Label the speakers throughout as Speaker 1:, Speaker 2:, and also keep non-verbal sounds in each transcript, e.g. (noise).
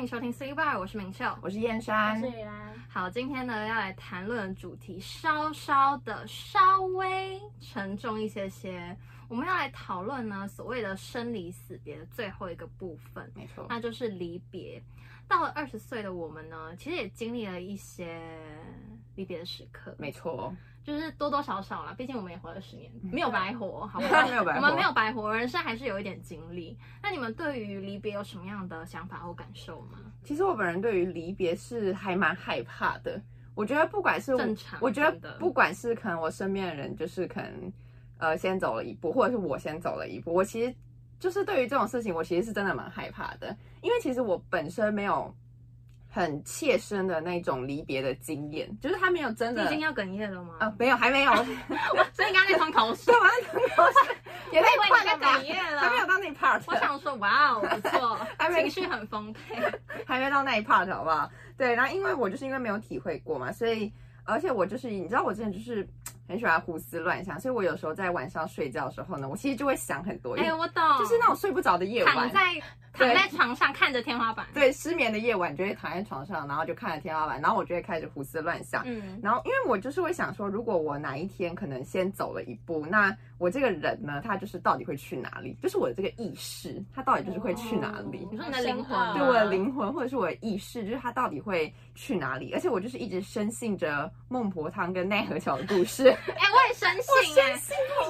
Speaker 1: 迎收听 C Bar，我是明秀。
Speaker 2: 我是燕山，
Speaker 3: 对啦，
Speaker 1: 好，今天呢要来谈论的主题稍稍的稍微沉重一些些，我们要来讨论呢所谓的生离死别的最后一个部分。
Speaker 2: 没错，
Speaker 1: 那就是离别。到了二十岁的我们呢，其实也经历了一些离别的时刻，
Speaker 2: 没错，嗯
Speaker 1: 就是多多少少啦。毕竟我们也活了十年，没有白活，好吧？
Speaker 2: (laughs) 没有白
Speaker 1: 我
Speaker 2: 活
Speaker 1: 们没有白活，人生还是有一点经历。那你们对于离别有什么样的想法或感受吗？
Speaker 2: 其实我本人对于离别是还蛮害怕的。我觉得不管是
Speaker 1: 正常
Speaker 2: 我觉
Speaker 1: 真的
Speaker 2: 得不管是可能我身边的人，就是可能呃先走了一步，或者是我先走了一步，我其实就是对于这种事情，我其实是真的蛮害怕的，因为其实我本身没有很切身的那种离别的经验，就是他没有真
Speaker 1: 你已
Speaker 2: 的
Speaker 1: 经要哽咽了吗？
Speaker 2: 啊、没有还
Speaker 1: (laughs)
Speaker 2: 没有， (laughs)
Speaker 1: 所以你刚刚在吞口水
Speaker 2: 对，，我在吞口水，也太
Speaker 1: 我以为
Speaker 2: 快
Speaker 1: 你在
Speaker 2: 了吧
Speaker 1: 哽，咽
Speaker 2: 还没有
Speaker 1: 了。
Speaker 2: 到那一 part，
Speaker 1: 我想说，哇哦，不错，
Speaker 2: (laughs) 还没
Speaker 1: 情绪很丰沛。
Speaker 2: 还没到那一 part 好不好？对，然后因为我就是因为没有体会过嘛，所以而且我就是你知道我之前就是很喜欢胡思乱想，所以我有时候在晚上睡觉的时候呢，我其实就会想很多，
Speaker 1: 哎，我懂，
Speaker 2: 就是那种睡不着的夜
Speaker 1: 躺
Speaker 2: 晚，
Speaker 1: 在躺在床上看着天花
Speaker 2: (laughs)
Speaker 1: 板。
Speaker 2: 对失眠的夜晚，你就会躺在床上，然后就看着天花板，然后我就会开始胡思乱想。
Speaker 1: 嗯，
Speaker 2: 然后，因为我就是会想说，如果我哪一天可能先走了一步，那我这个人呢，他就是到底会去哪里？就是我的这个意识，他到底就是会去哪里？
Speaker 3: 哦
Speaker 1: 你说你的灵魂吗，
Speaker 2: 对
Speaker 3: 对
Speaker 2: 我的灵魂或者是我的意识，就是它到底会去哪里？而且我就是一直深信着孟婆汤跟奈何桥的
Speaker 1: (laughs)
Speaker 2: 故事，
Speaker 1: 哎，我也深信哎，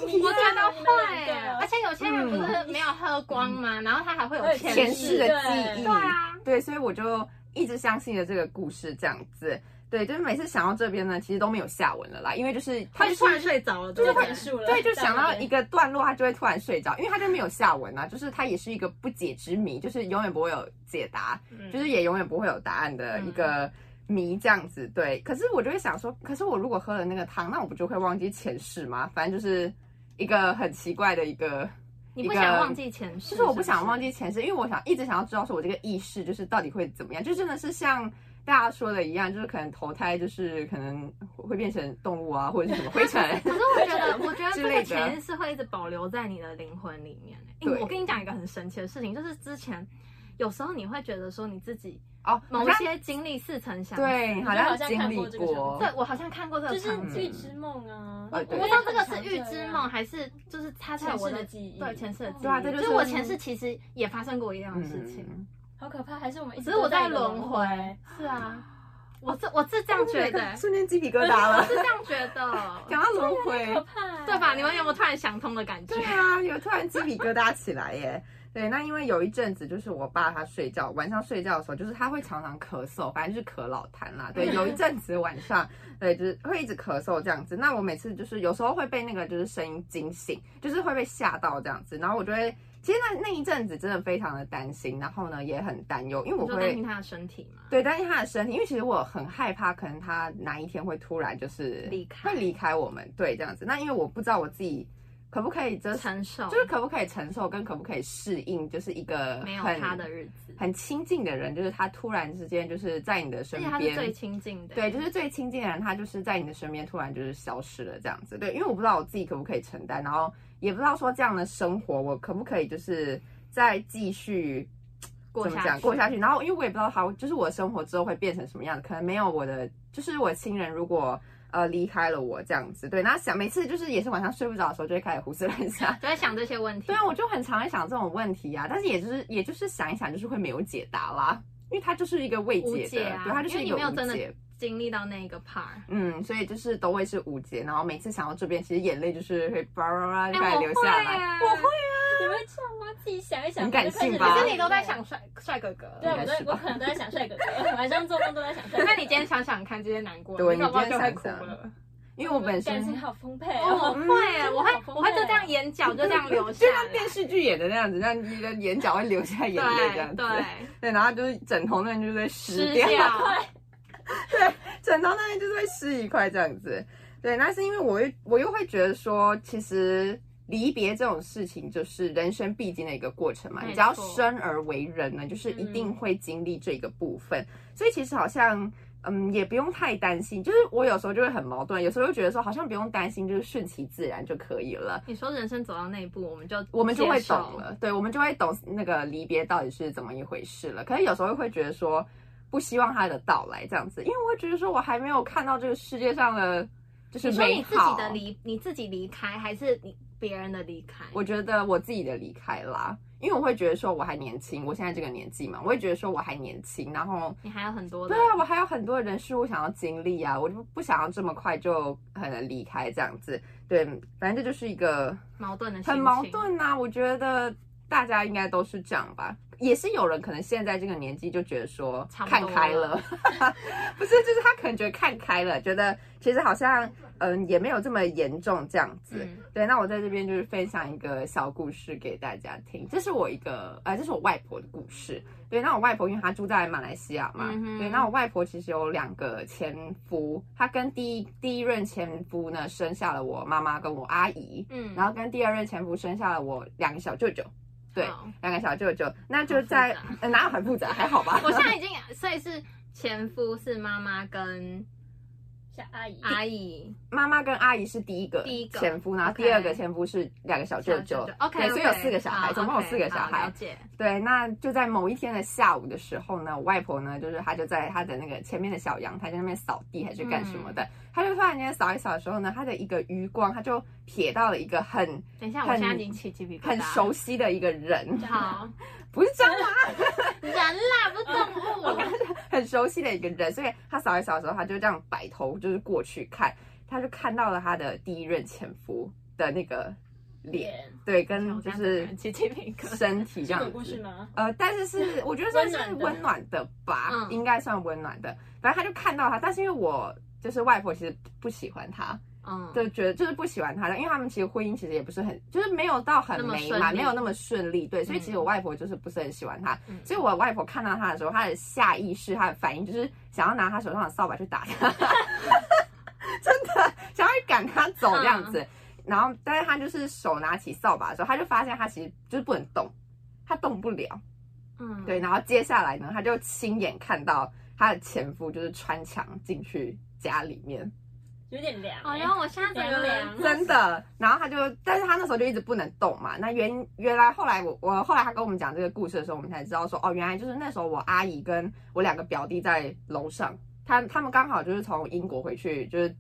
Speaker 1: 我觉得会，而
Speaker 3: 而且
Speaker 1: 且有些人不是没有喝光吗？然后他还会有
Speaker 3: 对
Speaker 2: 嗯前
Speaker 1: 前
Speaker 2: 世
Speaker 1: 世
Speaker 2: 的
Speaker 1: 的，
Speaker 2: 记忆。
Speaker 1: 对啊，
Speaker 2: 对，所以我就一直相信了这个故事这样子。对，就是每次想到这边呢，其实都没有下文了啦，因为就是他就是
Speaker 1: 睡着了，对
Speaker 3: 就是
Speaker 1: 不对
Speaker 3: 结束了，
Speaker 2: 对，就想到一个段落，他就会突然睡着，因为他就没有下文啊，就是他也是一个不解之谜，就是永远不会有解答，
Speaker 1: 嗯
Speaker 2: 就是也永远不会有答案的一个谜这样子。对，可是我就会想说，可是我如果喝了那个汤，那我不就会忘记前世吗？反正就是一个很奇怪的一个，
Speaker 1: 你不想忘记前世，
Speaker 2: 就是我不想忘
Speaker 1: 记，
Speaker 2: 记前世，因为我想一直想要知道说我这个意识就是到底会怎么样，就真的是像。大家说的一样，就是可能投胎，就是可能会变成动物啊，或者是什么灰尘。
Speaker 1: 可是我觉得，我觉得这
Speaker 2: (laughs) 之
Speaker 1: 个
Speaker 2: 类的
Speaker 1: 潜意识会一直保留在你的灵魂里面。哎
Speaker 2: 对
Speaker 1: 我跟你讲一个很神奇的事情，就是之前有时候你会觉得说你自己
Speaker 2: 哦，
Speaker 1: 某
Speaker 2: 好像
Speaker 1: 些经历似曾相识，
Speaker 2: 对，好
Speaker 3: 好
Speaker 2: 像
Speaker 3: 像
Speaker 2: 经
Speaker 3: 看
Speaker 2: 历
Speaker 3: 过这个场
Speaker 1: 对我好像看过这
Speaker 3: 就
Speaker 1: 个
Speaker 3: 是
Speaker 1: 场景，
Speaker 3: 预知梦啊，
Speaker 2: 哎
Speaker 1: 我
Speaker 2: 对
Speaker 1: 不知道这个是预知梦，还是就是它在
Speaker 3: 才
Speaker 1: 我
Speaker 3: 我
Speaker 1: 的
Speaker 3: 的记忆，
Speaker 1: 对前世的记忆，
Speaker 2: 对啊这就是
Speaker 1: 我前世其实也发生过一样的事情。
Speaker 2: 嗯
Speaker 3: 好可怕，还是我们一直
Speaker 1: 只是我
Speaker 3: 都
Speaker 1: 在
Speaker 3: 在
Speaker 1: 轮回。是啊， (laughs) 哦我是我是这样觉得，
Speaker 2: (laughs) 瞬间鸡皮疙瘩
Speaker 1: 我 (laughs)
Speaker 2: 了
Speaker 1: 是。这样觉得，
Speaker 2: (laughs) 讲到轮回，
Speaker 3: 可怕，啊
Speaker 1: 对啊吧？你们有没有突然想通的感觉
Speaker 2: 对？啊，有突然鸡皮疙瘩起来耶。对，那因为有一阵子就是我爸他睡觉，晚上睡觉的时候，就是他会常常咳嗽，反正就是咳老痰啦。对，
Speaker 1: (laughs)
Speaker 2: 有一阵子晚上，对，就是会一直咳嗽这样子。那我每次就是有时候会被那个就是声音惊醒，就是会被吓到这样子。然后我就会，其实那那一阵子真的非常的担心，然后呢也很担忧，因为我
Speaker 1: 你就
Speaker 2: 会
Speaker 1: 担心他的身体嘛。
Speaker 2: 对，担心他的身体，因为其实我很害怕，可能他哪一天会突然就是
Speaker 1: 离开
Speaker 2: 会离开我们，对，这样子。那因为我不知道我自己可不可以就是
Speaker 1: 承受
Speaker 2: 就是可不可以承受，跟可不可以适应，就是一个
Speaker 1: 没有
Speaker 2: 很
Speaker 1: 他的日子，
Speaker 2: 很亲近的人，就是他突然之间就是在你的身
Speaker 1: 而且他是最
Speaker 2: 边。
Speaker 1: 亲近的。
Speaker 2: 对，就是最亲近的人，他就是在你的身边突然就是消失了这样子。对，因为我不知道我自己可不可以承担，然后也不知道说这样的生活我可不可以就是再继续
Speaker 1: 过
Speaker 2: 怎么
Speaker 1: 下
Speaker 2: 讲
Speaker 1: 去
Speaker 2: 过下去。然后因为我也不知道他就是我的生活之后会变成什么样子，可能没有我的，就是我亲人如果呃离开了我这样子，对，那想每次就是也是晚上睡不着的时候就会开始胡思乱想。
Speaker 1: 就在想这些问题。
Speaker 2: 对啊，我就很常在想这种问题啊，但是也就是也就是想一想，就是会没有解答啦，因为它就是一个未
Speaker 1: 无
Speaker 2: 解的，
Speaker 1: 解啊
Speaker 2: 对，它就
Speaker 1: 因
Speaker 2: 是
Speaker 1: 为
Speaker 2: 一
Speaker 1: 你
Speaker 2: 个
Speaker 1: 没有
Speaker 2: 无
Speaker 1: 真的
Speaker 2: 解。
Speaker 1: 经历到那一个 part。
Speaker 2: 嗯，所以就是都会是无解，然后每次想到这边，其实眼泪就是会叭叭叭就
Speaker 1: 哎
Speaker 2: 开始
Speaker 1: 我
Speaker 2: 流
Speaker 1: 会
Speaker 2: 下来。
Speaker 1: 耶
Speaker 2: 我会啊
Speaker 3: 你们这样吗？自己想一想，
Speaker 2: 很感性吧
Speaker 1: 可是你都在想帅帅哥哥，
Speaker 3: 对，
Speaker 2: 应该
Speaker 3: 我都
Speaker 2: 是吧
Speaker 3: 我可能都在想帅哥哥，晚上做梦都在想帅哥哥。
Speaker 1: 那你今天想想看这些难过，
Speaker 2: 对
Speaker 1: 你搞不好
Speaker 2: 你
Speaker 1: 就
Speaker 2: 今
Speaker 1: 会
Speaker 2: 天
Speaker 1: 哭
Speaker 2: 想想
Speaker 1: 了。
Speaker 2: 因为我本身
Speaker 3: 感情好丰沛
Speaker 1: (laughs) 哦，
Speaker 3: 哦，
Speaker 1: 我会耶，我会
Speaker 3: 真的好，丰沛
Speaker 1: (laughs) 我会就这样眼 (laughs) 角就这样流下
Speaker 2: (laughs) 就
Speaker 1: 来，
Speaker 2: 像电视剧演的那样子，让你的眼角会流下眼泪这样
Speaker 1: 对
Speaker 2: 子。
Speaker 1: 对，
Speaker 2: 对，然后就是枕头那边就是会湿
Speaker 1: 失
Speaker 2: 掉，
Speaker 3: (laughs)
Speaker 1: 掉。
Speaker 2: (laughs) 枕头那边就是会湿一块这样子。对，那是因为我又我又会觉得说，其实离别这种事情就是人生必经的一个过程嘛。
Speaker 1: 没
Speaker 2: 你只要
Speaker 1: 错
Speaker 2: 生而为人呢，就是一定会经历这个部分。所以其实好像嗯，也不用太担心。就是我有时候就会很矛盾，有时候又觉得说好像不用担心，就是顺其自然就可以了。
Speaker 1: 你说人生走到那一步，我们就
Speaker 2: 我们就会
Speaker 1: 接
Speaker 2: 懂
Speaker 1: 受
Speaker 2: 了，对，我们就会懂那个离别到底是怎么一回事了。可是有时候会觉得说，不希望它的到来这样子，因为我会觉得说我还没有看到这个世界上的就是
Speaker 1: 你说
Speaker 2: 美
Speaker 1: 你自
Speaker 2: 好
Speaker 1: 己。的离，你自己离开，还是你别人的离开？
Speaker 2: 我觉得我自己的离开啦，因为我会觉得说我还年轻，我现在这个年纪嘛，我会觉得说我还年轻，然后
Speaker 1: 你还有很多的
Speaker 2: 对啊，我还有很多人事物想要经历啊，我就不想要这么快就很离开这样子。对，反正这就是一个
Speaker 1: 矛盾的心情，
Speaker 2: 很矛。盾呐、我觉得大家应该都是这样吧。也是有人可能现在这个年纪就觉得说
Speaker 1: 差不多
Speaker 2: 看开了，不是，就是他可能觉得看开了，觉得其实好像嗯也没有这么严重这样子。
Speaker 1: 嗯，
Speaker 2: 对，那我在这边就是分享一个小故事给大家听，这是我一个呃，这是我外婆的故事。对，那我外婆因为她住在马来西亚嘛，
Speaker 1: 嗯哼
Speaker 2: 对，那我外婆其实有两个前夫，她跟第一第一任前夫呢生下了我妈妈跟我阿姨，
Speaker 1: 嗯
Speaker 2: 然后跟第二任前夫生下了我两个小舅舅，对
Speaker 1: 好
Speaker 2: 两个小舅舅，那就在
Speaker 1: 好复杂？
Speaker 2: 呃哪有很复杂，还好吧
Speaker 1: 我现在已经，所以是前夫是妈妈跟
Speaker 3: 像阿姨，
Speaker 1: 阿姨，
Speaker 2: 妈妈跟阿姨是第一个
Speaker 1: 第一个
Speaker 2: 前夫，然后
Speaker 1: OK
Speaker 2: 第二个前夫是两个小舅舅
Speaker 1: ，OK，
Speaker 2: 对，所以有四个小孩，总共有四个小孩
Speaker 1: 了。解，
Speaker 2: 对，那就在某一天的下午的时候呢，我外婆呢，就是她就在她的那个前面的小阳台在那边扫地还是干什么
Speaker 1: 嗯
Speaker 2: 的，她就突然间扫一扫的时候呢，她的一个余光，她就瞥到了一个很
Speaker 1: 等一下，我
Speaker 2: 很
Speaker 1: 现在已经起鸡皮疙瘩，
Speaker 2: 很熟。悉的一个人，
Speaker 1: 好，
Speaker 2: 不是蟑螂，
Speaker 1: 人啦，不是动物。
Speaker 2: 很熟悉的一个人，所以她扫一扫的时候，她就这样摆头就是过去看，她就看到了她的第一任前夫的那个脸，
Speaker 3: 脸，
Speaker 2: 对，
Speaker 1: 我
Speaker 2: 跟就
Speaker 1: 现在整
Speaker 2: 是
Speaker 1: (laughs) 个人起鸡皮疙瘩。
Speaker 2: 身体这
Speaker 3: 是
Speaker 2: 样
Speaker 3: 鬼
Speaker 2: 子。
Speaker 3: 故事吗？
Speaker 2: 呃，但是是我觉得算是
Speaker 3: 温暖的
Speaker 2: 温暖的吧，
Speaker 1: 嗯
Speaker 2: 应该算温暖的。反正他就看到他，但是因为我就是外婆，其实不喜欢他，
Speaker 1: 嗯，
Speaker 2: 就觉得就是不喜欢他的，因为他们其实婚姻其实也不是很，就是没有到很
Speaker 1: 那么
Speaker 2: 美
Speaker 1: 顺
Speaker 2: 满，
Speaker 1: 利
Speaker 2: 没有那么顺利，对，所以
Speaker 1: 嗯
Speaker 2: 其实我外婆就是不是很喜欢他，
Speaker 1: 嗯
Speaker 2: 所以我外婆看到他的时候，她的下意识，她的反应就是想要拿他手上的扫把去打他，真的想要赶他走这样子。然后，但是他就是手拿起扫把的时候，他就发现他其实就是不能动，他动不了。
Speaker 1: 嗯，
Speaker 2: 对，然后接下来呢，她就亲眼看到她的前夫就是穿墙进去家里面，
Speaker 3: 有点凉欸。
Speaker 1: 哦，然后我现在整个人
Speaker 3: 凉
Speaker 2: 真的。然后她就，但是她那时候就一直不能动嘛。那原原来后来我我后来她跟我们讲这个故事的时候，我们才知道说，哦，原来就是那时候我阿姨跟我两个表弟在楼上，他他们刚好就是从英国回去，就是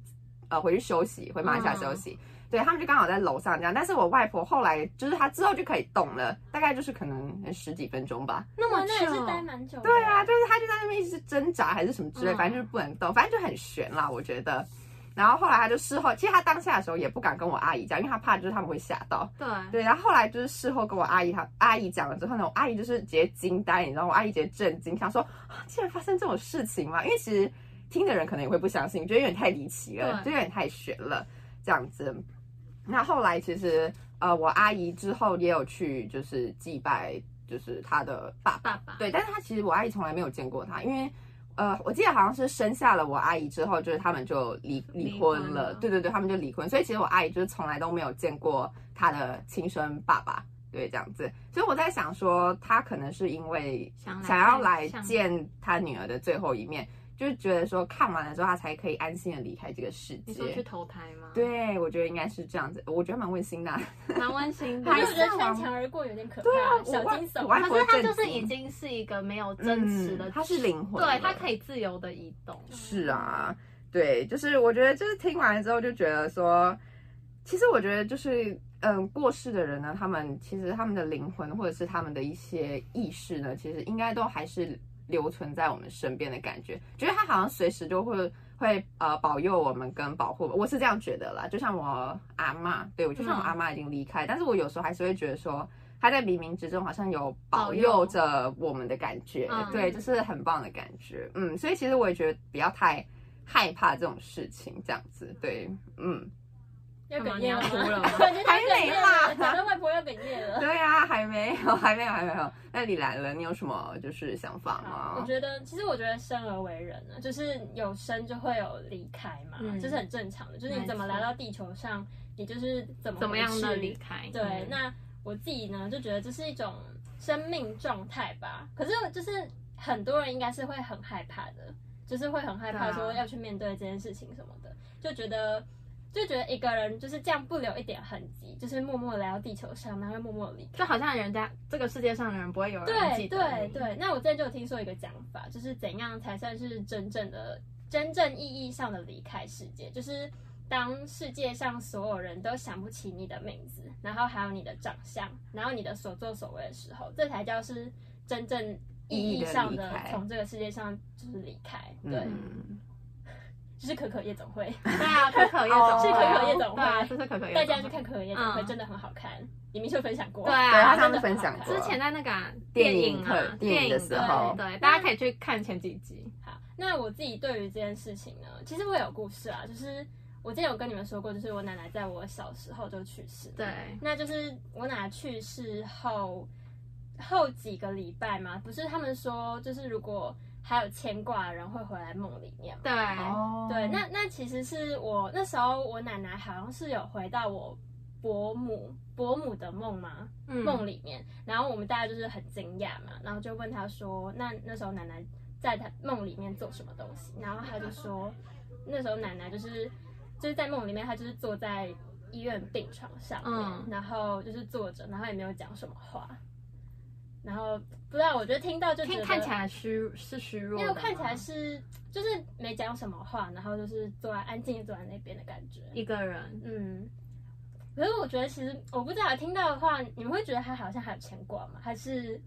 Speaker 2: 呃回去休息，回马来西亚休息。对他们就刚好在楼上这样，但是我外婆后来就是她之后就可以动了，大概就是可能呃十几分钟吧，
Speaker 1: 那
Speaker 3: 哇
Speaker 1: 么
Speaker 3: 那也是待
Speaker 1: 久，
Speaker 3: 蛮久的。
Speaker 2: 对啊，就是他就在那边一直挣扎还是什么之类，
Speaker 1: 嗯
Speaker 2: 反正就是不能动，反正就很悬啦，我觉得。然后后来他就事后，其实他当下的时候也不敢跟我阿姨讲，因为他怕就是他们会吓到。
Speaker 1: 对，
Speaker 2: 对，然后后来就是事后跟我阿姨他阿姨讲了之后呢，我阿姨就是直接惊呆，你知道吗，我阿姨直接震惊，想说啊，竟然发生这种事情吗？因为其实听的人可能也会不相信，觉得有点太离奇了，就
Speaker 1: 对
Speaker 2: 有点太悬了，这样子。那后来其实呃，我阿姨之后也有去就是祭拜，就是她的爸爸。
Speaker 1: 爸爸，
Speaker 2: 对，但是他其实我阿姨从来没有见过他，因为呃，我记得好像是生下了我阿姨之后，就是他们就离离
Speaker 1: 离
Speaker 2: 婚
Speaker 1: 婚
Speaker 2: 了，
Speaker 1: 了
Speaker 2: 对对对，他们就离婚，所以其实我阿姨就是从来都没有见过他的亲生爸爸，对，这样子，所以我在想说，他可能是因为
Speaker 1: 想
Speaker 2: 想要来
Speaker 1: 看
Speaker 2: 见他女儿的最后一面，就是觉得说看完了之后，他才可以安心的离开这个世
Speaker 1: 你说去
Speaker 2: 界。
Speaker 1: 投胎吗？，
Speaker 2: 对，我觉得应该是这样子，我觉得蛮温馨的啊、
Speaker 1: 蛮温馨的
Speaker 3: 我。就觉得
Speaker 2: 还是
Speaker 3: 穿墙而过有点可怕，
Speaker 2: 对啊我
Speaker 3: 小
Speaker 2: 外
Speaker 3: 惊
Speaker 2: 我外
Speaker 3: 悚。
Speaker 1: 可是他就是已经是一个没有 (laughs) 真实的，
Speaker 2: 嗯，他是灵魂了，
Speaker 1: 对他可以自由的移动。
Speaker 2: 是啊，对，就是我觉得就是听完之后就觉得说，其实我觉得就是嗯，过世的人呢，他们其实他们的灵魂或者是他们的一些意识呢，其实应该都还是留存在我们身边的感觉，觉得他好像随时都会。会呃保佑我们跟保护我们，我是这样觉得啦。就像我阿嬷，对我就像
Speaker 1: 嗯
Speaker 2: 我阿嬷已经离开，但是我有时候还是会觉得说，她在冥冥之中好像有保
Speaker 1: 保
Speaker 2: 佑
Speaker 1: 佑
Speaker 2: 着我们的感觉，
Speaker 1: 嗯
Speaker 2: 对，就是很棒的感觉。嗯，所以其实我也觉得不要太害怕这种事情，这样子，对，嗯，
Speaker 3: 要哽咽
Speaker 1: 干嘛你要
Speaker 3: (laughs)
Speaker 1: 哭了
Speaker 3: 感觉他
Speaker 2: 还没啦
Speaker 3: 讲到外婆要哽咽了。
Speaker 2: 对啊，还没有，还没有，还没有。那你来了，你有什么就是想法
Speaker 3: 好我
Speaker 2: 吗？
Speaker 3: 觉得，其实我觉得生而为人呢，就是有生就会有离开嘛，
Speaker 1: 嗯
Speaker 3: 这是很正常的。就是你怎么
Speaker 1: 没错
Speaker 3: 来到地球上，你就是怎么
Speaker 1: 怎么样的
Speaker 3: 回去
Speaker 1: 离开？
Speaker 3: 对
Speaker 1: 嗯，
Speaker 3: 那我自己呢，就觉得这是一种生命状态吧。可是就是很多人应该是会很害怕的，就是会很害怕说
Speaker 1: 对啊
Speaker 3: 要去面对这件事情什么的，就觉得就觉得一个人就是这样不留一点痕迹，就是默默地来到地球上，然后又默默地离开。
Speaker 1: 就好像人家这个世界上的人不会有人
Speaker 3: 对
Speaker 1: 记得
Speaker 3: 对
Speaker 1: 你，
Speaker 3: 对，那我之前就有听说一个讲法，就是怎样才算是真正的、真正意义上的离开世界，就是当世界上所有人都想不起你的名字，然后还有你的长相，然后你的所作所为的时候，这才叫是真正意义上
Speaker 2: 意义的
Speaker 3: 的
Speaker 2: 离开
Speaker 3: 从这个世界上就是离开。对，
Speaker 2: 嗯，
Speaker 3: 就是可可夜总会，
Speaker 1: 对啊，可可夜总会
Speaker 2: 是可可
Speaker 3: 夜总会
Speaker 1: 对啊，这是可可夜总会。
Speaker 3: 大家去看可可夜总会，
Speaker 1: 嗯
Speaker 3: 真的很好看。你明秀分享过，
Speaker 1: 对啊
Speaker 2: 对他
Speaker 3: 真
Speaker 2: 上
Speaker 3: 的
Speaker 2: 次分
Speaker 3: 很好
Speaker 2: 享
Speaker 3: 看
Speaker 2: 过，
Speaker 1: 之前在那个啊
Speaker 2: 电影
Speaker 1: 影
Speaker 2: 特
Speaker 1: 啊，
Speaker 2: 电
Speaker 1: 电
Speaker 2: 影的时
Speaker 3: 候
Speaker 1: 对，对大家可以去看前几集。
Speaker 3: 好，那我自己对于这件事情呢，其实我有故事啊，就是我之前有跟你们说过，就是我奶奶在我小时候就去世。
Speaker 1: 对，
Speaker 3: 那就是我奶奶去世后后几个礼拜嘛，不是他们说就是如果还有牵挂的人会回来梦里面吗？
Speaker 1: 对，
Speaker 2: 哦，
Speaker 3: 对，那那其实是我那时候我奶奶好像是有回到我伯母伯母的梦吗？
Speaker 1: 嗯
Speaker 3: 梦里面，然后我们大家就是很惊讶嘛，然后就问他说，那那时候奶奶在她梦里面做什么东西？然后他就说，那时候奶奶就是就是在梦里面，她就是坐在医院病床上面，
Speaker 1: 嗯
Speaker 3: 然后就是坐着，然后也没有讲什么话，然后不知道，我觉得听到就觉
Speaker 1: 听
Speaker 3: 得
Speaker 1: 看起来虚是虚弱
Speaker 3: 因
Speaker 1: 的
Speaker 3: 为
Speaker 1: 吗，
Speaker 3: 看起来是就是没讲什么话，然后就是坐在安静地坐在那边的感觉，
Speaker 1: 一个人。
Speaker 3: 嗯，可是我觉得其实我不知道听到的话，你们会觉得他好像还有牵挂吗？还是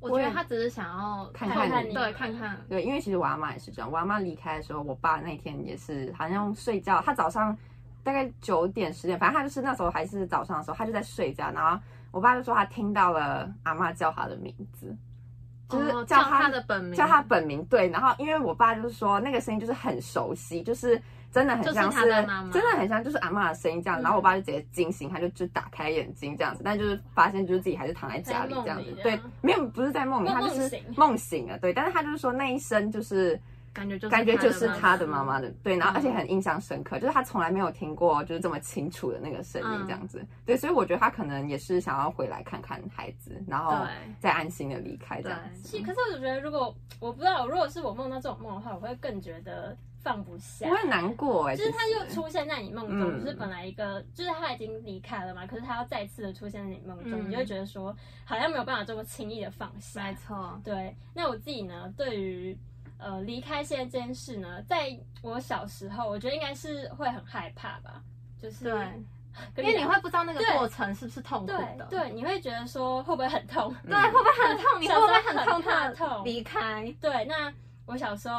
Speaker 1: 我觉得他只是想要
Speaker 2: 看
Speaker 3: 看
Speaker 1: 看
Speaker 3: 你
Speaker 1: 对，看看
Speaker 2: 对，因为其实我阿妈也是这样，我阿妈离开的时候，我爸那天也是好像睡觉，他早上大概九点十点，反正他就是那时候还是早上的时候，他就在睡觉，然后我爸就说他听到了阿妈叫他的名字，就是
Speaker 1: 哦
Speaker 2: 叫
Speaker 1: 叫
Speaker 2: 他,、
Speaker 1: 的本名，
Speaker 2: 叫他本名，对，然后因为我爸就是说那个声音就是很熟悉，就是。真的很像
Speaker 1: 就是他的妈妈
Speaker 2: 真的很像就是阿妈的声音这样，
Speaker 3: 嗯
Speaker 2: 然后我爸就直接惊醒，他就就打开眼睛这样子，但就是发现就是自己还是躺在家里这样子
Speaker 3: 在，梦里这
Speaker 2: 对
Speaker 3: 样，
Speaker 2: 没有不是在梦里，
Speaker 3: 梦
Speaker 2: 他就是
Speaker 3: 梦醒
Speaker 2: 梦醒了，对，但是他就是说那一声就是
Speaker 1: 感觉就是
Speaker 2: 感觉就是他
Speaker 1: 他
Speaker 2: 的妈妈的，对，然后而且很印象深刻，就是他从来没有听过就是这么清楚的那个声音
Speaker 1: 嗯
Speaker 2: 这样子，对，所以我觉得他可能也是想要回来看看孩子，然后
Speaker 1: 对
Speaker 2: 再安心的离开这样子。
Speaker 3: 其实可是我觉得，如果我不知道，如果是我梦到这种梦的话，我会更觉得放不下
Speaker 2: 我。会难过哎、
Speaker 3: 就是
Speaker 2: 其
Speaker 3: 他
Speaker 2: 实
Speaker 3: 又出现在你梦中，
Speaker 2: 嗯
Speaker 3: 就是本来一个，就是他已经离开了嘛，可是他要再次的出现在你梦中，
Speaker 1: 嗯
Speaker 3: 你就会觉得说，好像没有办法这么轻易的放下
Speaker 1: 没。错，
Speaker 3: 对，那我自己呢，对于呃离开现在这件事呢，在我小时候，我觉得应该是会很害怕吧，就是
Speaker 1: 对，
Speaker 3: 跟
Speaker 1: 因为你会不知道那个
Speaker 3: 对
Speaker 1: 过程是不是痛苦
Speaker 3: 对
Speaker 1: 的，嗯
Speaker 3: 对，你会觉得说会不会很痛？
Speaker 1: 对，会不会很痛？你会不会
Speaker 3: 小时候
Speaker 1: 痛？
Speaker 3: 很怕
Speaker 1: 他
Speaker 3: 痛
Speaker 1: 离开，
Speaker 3: (laughs) 对，那我小时候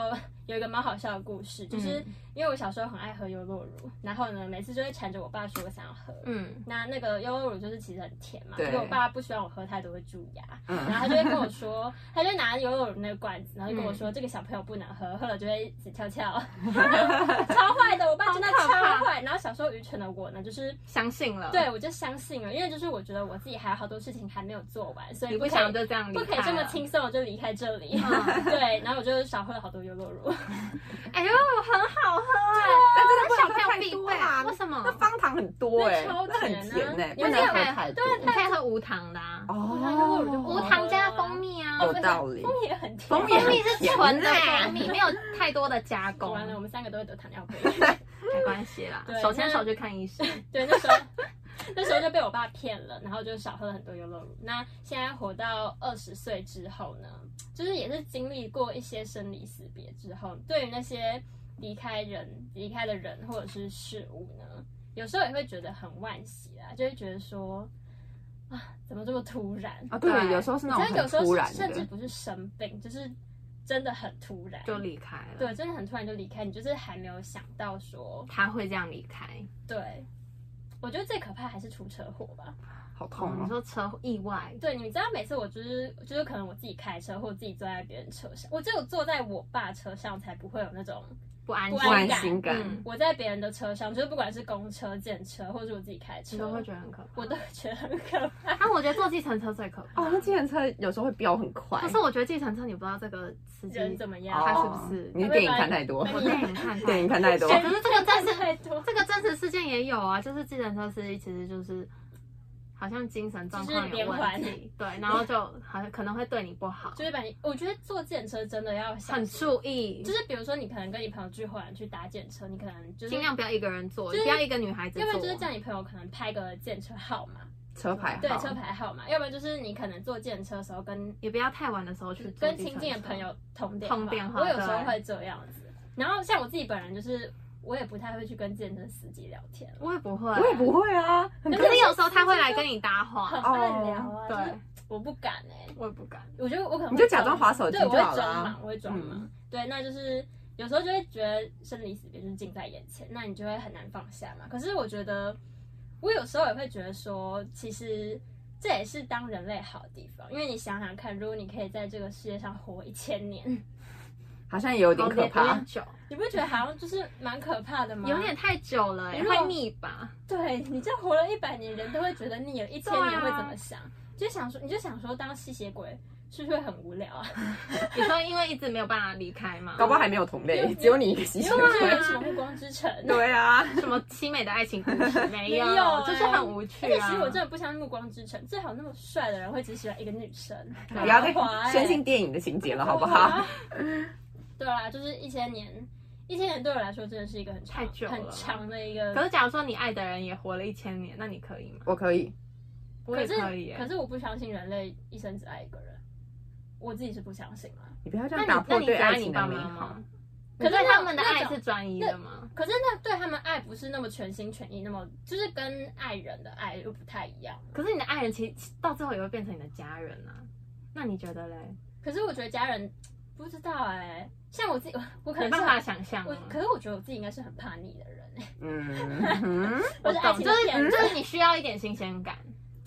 Speaker 3: 有一个蛮好笑的故事，就是
Speaker 1: 嗯
Speaker 3: 因为我小时候很爱喝优酪乳，然后呢，每次就会缠着我爸说我想要喝。
Speaker 1: 嗯，
Speaker 3: 那那个优酪乳就是其实很甜嘛，
Speaker 2: 对
Speaker 3: 因为我爸不喜欢我喝太多会蛀牙，
Speaker 2: 嗯
Speaker 3: 然后他就会跟我说，他就拿优酪乳那个罐子，然后
Speaker 1: 嗯
Speaker 3: 就跟我说、这个小朋友不能喝，喝了就会死
Speaker 1: (laughs)
Speaker 3: 翘翘，超坏的，我爸真的
Speaker 1: 好可怕嗯
Speaker 3: 超坏。然后小时候愚蠢的我呢，就是
Speaker 1: 相信了，
Speaker 3: 对，我就相信了，因为就是我觉得我自己还有好多事情还没有做完，所以
Speaker 1: 你
Speaker 3: 不
Speaker 1: 不
Speaker 3: 想
Speaker 1: 想就这样离
Speaker 3: 不
Speaker 1: 开，
Speaker 3: 可以这么。轻松地就离开这里。
Speaker 1: 嗯
Speaker 3: (laughs) 对，然后我就少喝了好多优酪乳。
Speaker 1: 哎呦，很好喝哎，
Speaker 2: 但真的不
Speaker 1: 那
Speaker 2: 能
Speaker 1: 小
Speaker 2: 喝
Speaker 1: 朋友
Speaker 2: 太
Speaker 1: 必
Speaker 2: 多啦，
Speaker 1: 备，为什么
Speaker 2: 那？方糖很多哎、
Speaker 3: 那超
Speaker 2: 那很
Speaker 3: 甜啊
Speaker 2: 甜哎、
Speaker 3: 你
Speaker 2: 不
Speaker 1: 们
Speaker 2: 能喝
Speaker 1: 可以
Speaker 2: 太多。
Speaker 1: 你可以喝无糖的啊，无
Speaker 3: 无
Speaker 2: 哦，
Speaker 1: 糖加蜂蜜啊，
Speaker 2: 有道理
Speaker 3: 蜂蜜也很甜，
Speaker 2: 蜂蜜
Speaker 1: 蜂蜜是纯的
Speaker 2: 甜
Speaker 1: 蜂蜜，没有太多的加工
Speaker 3: 果，然了，我们三个都会得糖尿病。
Speaker 1: 没关系啦
Speaker 3: 对，
Speaker 1: 手牵
Speaker 3: 那
Speaker 1: 手去看医生。
Speaker 3: 对，那时候那时候就被我爸骗了，然后就少喝了很多优酪乳。那现在活到二十岁之后呢，就是也是经历过一些生离死别之后，对于那些离开人、离开的人或者是事物呢，有时候也会觉得很惋惜啦，就会觉得说啊，怎么这么突然？
Speaker 2: 哦，对，
Speaker 1: 对
Speaker 2: 有时候是
Speaker 3: 你
Speaker 2: 那种
Speaker 3: 知道有
Speaker 2: 很
Speaker 3: 时候
Speaker 2: 突
Speaker 3: 是
Speaker 2: 然
Speaker 3: 甚至
Speaker 2: 的，
Speaker 3: 不是生病，就是真的很突然，
Speaker 1: 就离开了。
Speaker 3: 对，真的很突然就离开，你就是还没有想到说，
Speaker 1: 他会这样离开。
Speaker 3: 对，我觉得最可怕还是出车祸吧。
Speaker 2: 好痛
Speaker 1: 嗯你
Speaker 2: 哦。
Speaker 1: 说车祸意外，
Speaker 3: 对，你知道每次我就是就是可能我自己开车或者自己坐在别人车上，我只有坐在我爸车上才不会有那种
Speaker 1: 不安
Speaker 3: 不
Speaker 1: 心
Speaker 2: 安
Speaker 3: 安
Speaker 1: 感，
Speaker 2: 心感
Speaker 1: 嗯，
Speaker 3: 我在别人的车上，就是不管是公车、电车或者是我自己开
Speaker 1: 你
Speaker 3: 车，
Speaker 1: 都会觉得很啊可怕。
Speaker 3: 我都会觉得很可怕。
Speaker 1: 但我觉得坐计程车最可怕。
Speaker 2: 哦，那计程车有时候会飙很快。
Speaker 1: 可是我觉得计程车你不知道这个司机
Speaker 3: 人怎么样？哦
Speaker 1: 他是
Speaker 3: 他是
Speaker 1: 不是
Speaker 2: 哦你是电影看太多
Speaker 3: 他，
Speaker 1: 我
Speaker 3: 会
Speaker 1: (laughs) 电影看到
Speaker 2: (laughs) 电影看太多。
Speaker 1: 可是这个真
Speaker 3: 真
Speaker 1: 是
Speaker 3: 是太多。
Speaker 1: 这个真实事件也有啊，就是计程车司机其实就是好好像精神状
Speaker 3: 就是
Speaker 1: 况有
Speaker 3: 连
Speaker 1: 问
Speaker 3: 环
Speaker 1: 题，对，然后就好像可能会对你不好，
Speaker 3: 就是把你，我觉得坐电车真的要小
Speaker 1: 很
Speaker 3: 心
Speaker 1: 注意，
Speaker 3: 就是比如说你可能跟你朋友去环去搭电车，你可能就是
Speaker 1: 尽量不要一个人坐，
Speaker 3: 就是
Speaker 1: 不要一个女孩子
Speaker 3: 要
Speaker 1: 坐，
Speaker 3: 不然就是叫你朋友可能拍个建车号码，
Speaker 2: 车牌号，
Speaker 3: 对车牌号码，要不然就是你可能坐建车的时候跟
Speaker 1: 也不要太晚的时候去坐
Speaker 3: 跟
Speaker 1: 计
Speaker 3: 亲
Speaker 1: 程
Speaker 3: 近的
Speaker 1: 车
Speaker 3: 朋友通电
Speaker 1: 通电话
Speaker 3: 我有时候
Speaker 1: 对
Speaker 3: 会这样子。然后像我自己本人就是，我也不太会去跟建车司机聊天，
Speaker 1: 我也不会，
Speaker 2: 我也不会啊，很
Speaker 1: 可
Speaker 2: 尴
Speaker 1: 是有时候他会来跟你搭
Speaker 3: 很
Speaker 1: 话，
Speaker 3: 会聊啊，
Speaker 1: 哦对
Speaker 3: 就是我不敢哎、
Speaker 1: 我也不敢。
Speaker 3: 我觉得我可能
Speaker 2: 你
Speaker 3: 会
Speaker 2: 就假装
Speaker 3: 装
Speaker 2: 滑手机
Speaker 3: 对，我
Speaker 2: 就好
Speaker 3: 会
Speaker 2: 了
Speaker 3: 装
Speaker 2: 啊
Speaker 3: 忙，。我会装忙。
Speaker 2: 嗯
Speaker 3: 对，那就是有时候就会觉得生离死别就是近在眼前，那你就会很难放下嘛。可是我觉得，我有时候也会觉得说，其实这也是当人类好的地方，因为你想想看，如果你可以在这个世界上活一千年，
Speaker 2: 嗯好像也有点
Speaker 1: 有
Speaker 2: 可
Speaker 1: 点有
Speaker 2: 怕
Speaker 1: 点。久，
Speaker 3: 你不觉得好像就是蛮可怕的吗？
Speaker 1: 有点太久了、欸，
Speaker 3: 如果
Speaker 1: 会腻吧？
Speaker 3: 对你这样活了一百年，人都会觉得腻了，一千
Speaker 1: 对啊
Speaker 3: 年会怎么想？就想说，你就想说，当吸血鬼是不是会很无聊啊？
Speaker 1: 你说因为一直没有办法离开嘛？
Speaker 2: 搞不好还没有同类
Speaker 3: 有，
Speaker 2: 只有你一个吸
Speaker 3: 因
Speaker 2: 血
Speaker 3: 为我
Speaker 1: 啊
Speaker 2: 鬼。
Speaker 1: (laughs)
Speaker 3: 们什么暮光之城？
Speaker 2: (laughs) 对啊，
Speaker 1: 什么凄美的爱情故
Speaker 3: (laughs)
Speaker 1: 事没有，
Speaker 3: 没有欸
Speaker 1: 就是很无
Speaker 3: 而
Speaker 1: 趣
Speaker 3: 且
Speaker 1: 啊。
Speaker 3: 其实我真的不相信《暮光之城》，最好那么帅的人会只喜欢一个女生，
Speaker 2: 不
Speaker 1: 啊
Speaker 2: 要再
Speaker 3: 华欸
Speaker 2: 深信电影的情节了，好不好？？
Speaker 3: 对啦，就是一千年，一千年对我来说真的是一个很长
Speaker 1: 太久了
Speaker 3: 很长的一个。
Speaker 1: 可是假如说你爱的人也活了一千年，那你可以吗？
Speaker 2: 我可以，
Speaker 1: 我也
Speaker 3: 是
Speaker 1: 可以、欸，
Speaker 3: 可是我不相信人类一生只爱一个人，我自己是不相信啊。
Speaker 2: 你不要这
Speaker 1: 那
Speaker 2: 样
Speaker 1: 你
Speaker 2: 打
Speaker 1: 那
Speaker 2: 破
Speaker 1: 你
Speaker 2: 对
Speaker 1: 只
Speaker 2: 爱
Speaker 1: 爱你
Speaker 2: 情
Speaker 1: 爸
Speaker 2: 的美
Speaker 1: 妈
Speaker 2: 好。
Speaker 1: 吗？
Speaker 3: 可是
Speaker 1: 你对
Speaker 3: 那
Speaker 1: 他们的
Speaker 3: 那
Speaker 1: 爱
Speaker 3: 种
Speaker 1: 是专一的吗？
Speaker 3: 可是那对他们爱不是那么全心全意，那么就是跟爱人的爱又不太一样。
Speaker 1: 可是你的爱人其实到最后也会变成你的家人啊。那你觉得嘞？
Speaker 3: 可是我觉得家人不知道哎、像我自己，我可
Speaker 1: 没
Speaker 3: 能是
Speaker 1: 办法想啊象
Speaker 3: 我
Speaker 1: 吗，
Speaker 3: 可是我觉得我自己应该是很叛逆的人、欸
Speaker 2: 嗯哼，
Speaker 1: 我
Speaker 3: 是爱
Speaker 1: 懂，
Speaker 3: 情
Speaker 1: 就
Speaker 3: 的
Speaker 1: 是
Speaker 3: 骗人
Speaker 1: 就是你需要一点新鲜感。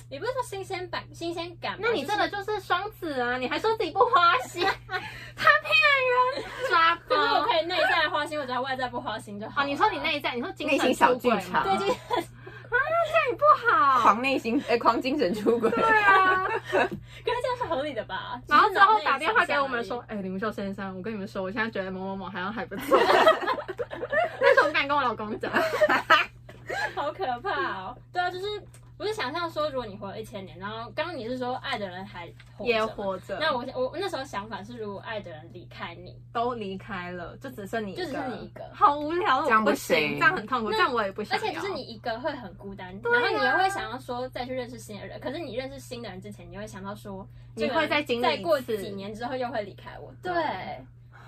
Speaker 3: 也不是说新鲜感，新鲜感吧。
Speaker 1: 那你
Speaker 3: 就是
Speaker 1: 真的就是双子啊？你还说自己不花
Speaker 3: (laughs)
Speaker 1: 心，他骗人，抓
Speaker 3: 可是我
Speaker 1: 包。
Speaker 3: 可以内在花心，我只要外在不花心就好
Speaker 1: 哦，
Speaker 3: 了。
Speaker 1: 你说你内在，你说精
Speaker 2: 内心
Speaker 1: 神
Speaker 2: 小
Speaker 1: 出轨啊
Speaker 2: 剧
Speaker 1: 嘛
Speaker 2: 场
Speaker 3: 对，就是
Speaker 1: 不好。
Speaker 2: (laughs) 狂内心哎，狂精神出轨。
Speaker 1: 对啊，
Speaker 3: 可是这样是合理的吧？
Speaker 1: 然后
Speaker 3: 只
Speaker 1: 之
Speaker 3: 是脑
Speaker 1: 后
Speaker 3: 内
Speaker 1: 打电话给我们
Speaker 3: 想
Speaker 1: 说
Speaker 3: 象，
Speaker 1: 哎，林秀先生，我跟你们说，我现在觉得某某某好像还不 (laughs) 错。那时候我不敢跟我老公讲，
Speaker 3: 而已，好可怕哦。 (laughs) 对啊，就是我是想象说，如果你活了一千年，然后刚刚你是说爱的人还活着
Speaker 1: 也
Speaker 3: 嘛
Speaker 1: 活着，
Speaker 3: 那我我那时候想法是，如果爱的人离开你，
Speaker 1: 都离开了，就只剩你一个，
Speaker 3: 就只剩你一个
Speaker 1: 好无聊，哦
Speaker 2: 这样
Speaker 1: 我
Speaker 2: 不
Speaker 1: 不行，
Speaker 2: 行，
Speaker 1: 这样很痛苦，
Speaker 3: 那
Speaker 1: 这样我也不想
Speaker 3: 而
Speaker 1: 要。
Speaker 3: 且就是你一个会很孤单，
Speaker 1: 啊
Speaker 3: 然后你也会想要说再去认识新的人。可是你认识新的人之前，你会想到说，
Speaker 1: 你
Speaker 3: 这个人
Speaker 1: 会再经历
Speaker 3: 再过
Speaker 1: 一次
Speaker 3: 几年之后又会离开我，
Speaker 1: 对
Speaker 3: 对，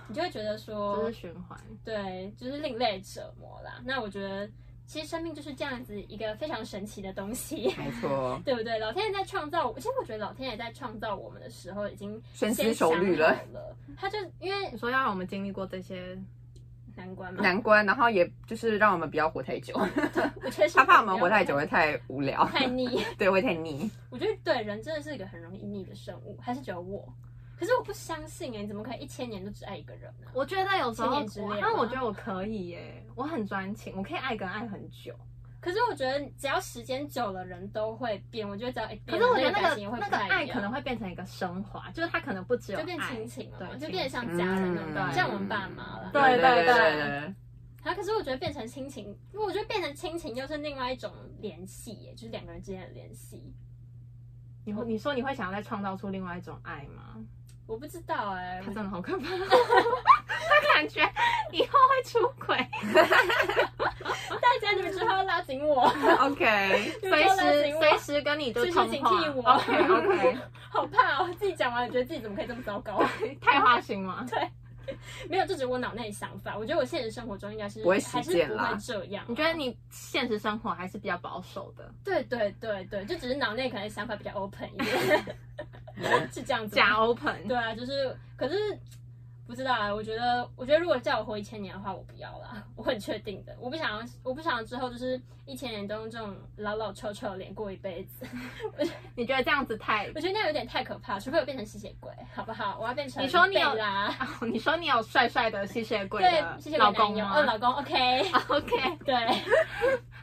Speaker 3: 你就会觉得说，
Speaker 1: 就是循环，
Speaker 3: 对，就是另类折磨啦。那我觉得，其实生命就是这样子一个非常神奇的东西
Speaker 2: (laughs) 没错，
Speaker 3: 对不对？老天爷在创造我，其实我觉得老天爷在创造我们的时候，已经
Speaker 2: 深思
Speaker 3: 先
Speaker 2: 熟虑
Speaker 3: 想好
Speaker 2: 了
Speaker 3: 了。他就因为
Speaker 1: 你说要让我们经历过这些，
Speaker 3: 难关嘛，
Speaker 2: 难关。然后也就是让我们不要活太 (laughs) 久，
Speaker 3: 我觉得是
Speaker 2: 他怕我们活太久会太无聊，
Speaker 3: 太腻。
Speaker 2: (laughs) 对，会太腻。
Speaker 3: 我觉得对人真的是一个很容易腻的生物，还是只有我。可是我不相信哎、你怎么可以一千年都只爱一个人呢、
Speaker 1: 我觉得有时
Speaker 3: 千
Speaker 1: 候
Speaker 3: 年之，恋
Speaker 1: 但我
Speaker 3: 吗
Speaker 1: 觉得我可以耶，我很专情，我可以爱跟爱很久。
Speaker 3: 可是我觉得只要时间久了，人都会变。我觉得只要一
Speaker 1: 可
Speaker 3: 变
Speaker 1: 是
Speaker 3: 了，
Speaker 1: 我觉得
Speaker 3: 那
Speaker 1: 那
Speaker 3: 感
Speaker 1: 个
Speaker 3: 情也会
Speaker 1: 那
Speaker 3: 不
Speaker 1: 个
Speaker 3: 太一
Speaker 1: 爱
Speaker 3: 样
Speaker 1: 可能会变成一个升华，就是它可能不只有
Speaker 3: 就变
Speaker 1: 爱
Speaker 3: 亲情了嘛，
Speaker 1: 对
Speaker 3: 就
Speaker 1: 亲
Speaker 3: 变得像家人那种感觉，
Speaker 1: 嗯
Speaker 3: 像我们爸妈了。
Speaker 1: 对对对
Speaker 2: 对对，
Speaker 3: 啊，可是我觉得变成亲情，因为我觉得变成亲情又是另外一种联系耶，就是两个人之间的联系。
Speaker 1: 你会你说你会想要再创造出另外一种爱吗？
Speaker 3: 我不知道哎
Speaker 1: 他，真的好可怕， (laughs) 他感觉以后会出轨，
Speaker 3: 大家你们之后要拉紧我，
Speaker 2: (laughs) OK，
Speaker 3: 你们
Speaker 1: 随
Speaker 3: 之后拉
Speaker 1: 时
Speaker 3: 紧
Speaker 1: 随
Speaker 3: 我，
Speaker 1: 时跟你就
Speaker 3: 随时
Speaker 1: 通
Speaker 3: 警
Speaker 1: 话
Speaker 3: 惕。我
Speaker 1: OK OK，
Speaker 3: 好怕哦！自己讲完，觉得自己怎么可以这么糟糕？
Speaker 1: (laughs) 太花心吗？
Speaker 3: (laughs) 没有，这只是我脑内的想法。我觉得我现实生活中应该是
Speaker 2: 不会实
Speaker 3: 还是
Speaker 2: 践
Speaker 3: 不
Speaker 2: 啦
Speaker 3: 会这样。啊
Speaker 1: 你觉得？你现实生活还是比较保守的，
Speaker 3: 对对对对，就只是脑内可能想法比较 open 一
Speaker 1: (laughs)
Speaker 3: 点，是这样子吗。
Speaker 1: 假 open？
Speaker 3: 对啊，就是，可是不知道啊。我觉得，我觉得如果叫我活一千年的话，我不要啦， (laughs) 我很确定的。我不想要，我不想要之后就是一千年都用这种老老臭臭的脸过一辈子。 (laughs)
Speaker 1: 你觉得这样子太
Speaker 3: 我觉得那样有点太可怕，除非我变成吸血鬼，好不好？我要变成
Speaker 1: 你说你有
Speaker 3: 贝拉，
Speaker 1: 啊？你说你有帅帅的吸血鬼
Speaker 3: 对
Speaker 1: 的
Speaker 3: 吸血鬼
Speaker 1: 老
Speaker 3: 男
Speaker 1: 公
Speaker 3: 友，哦，
Speaker 1: 吗
Speaker 3: 老公，OK， (laughs)
Speaker 1: (laughs) ？OK，
Speaker 3: 对，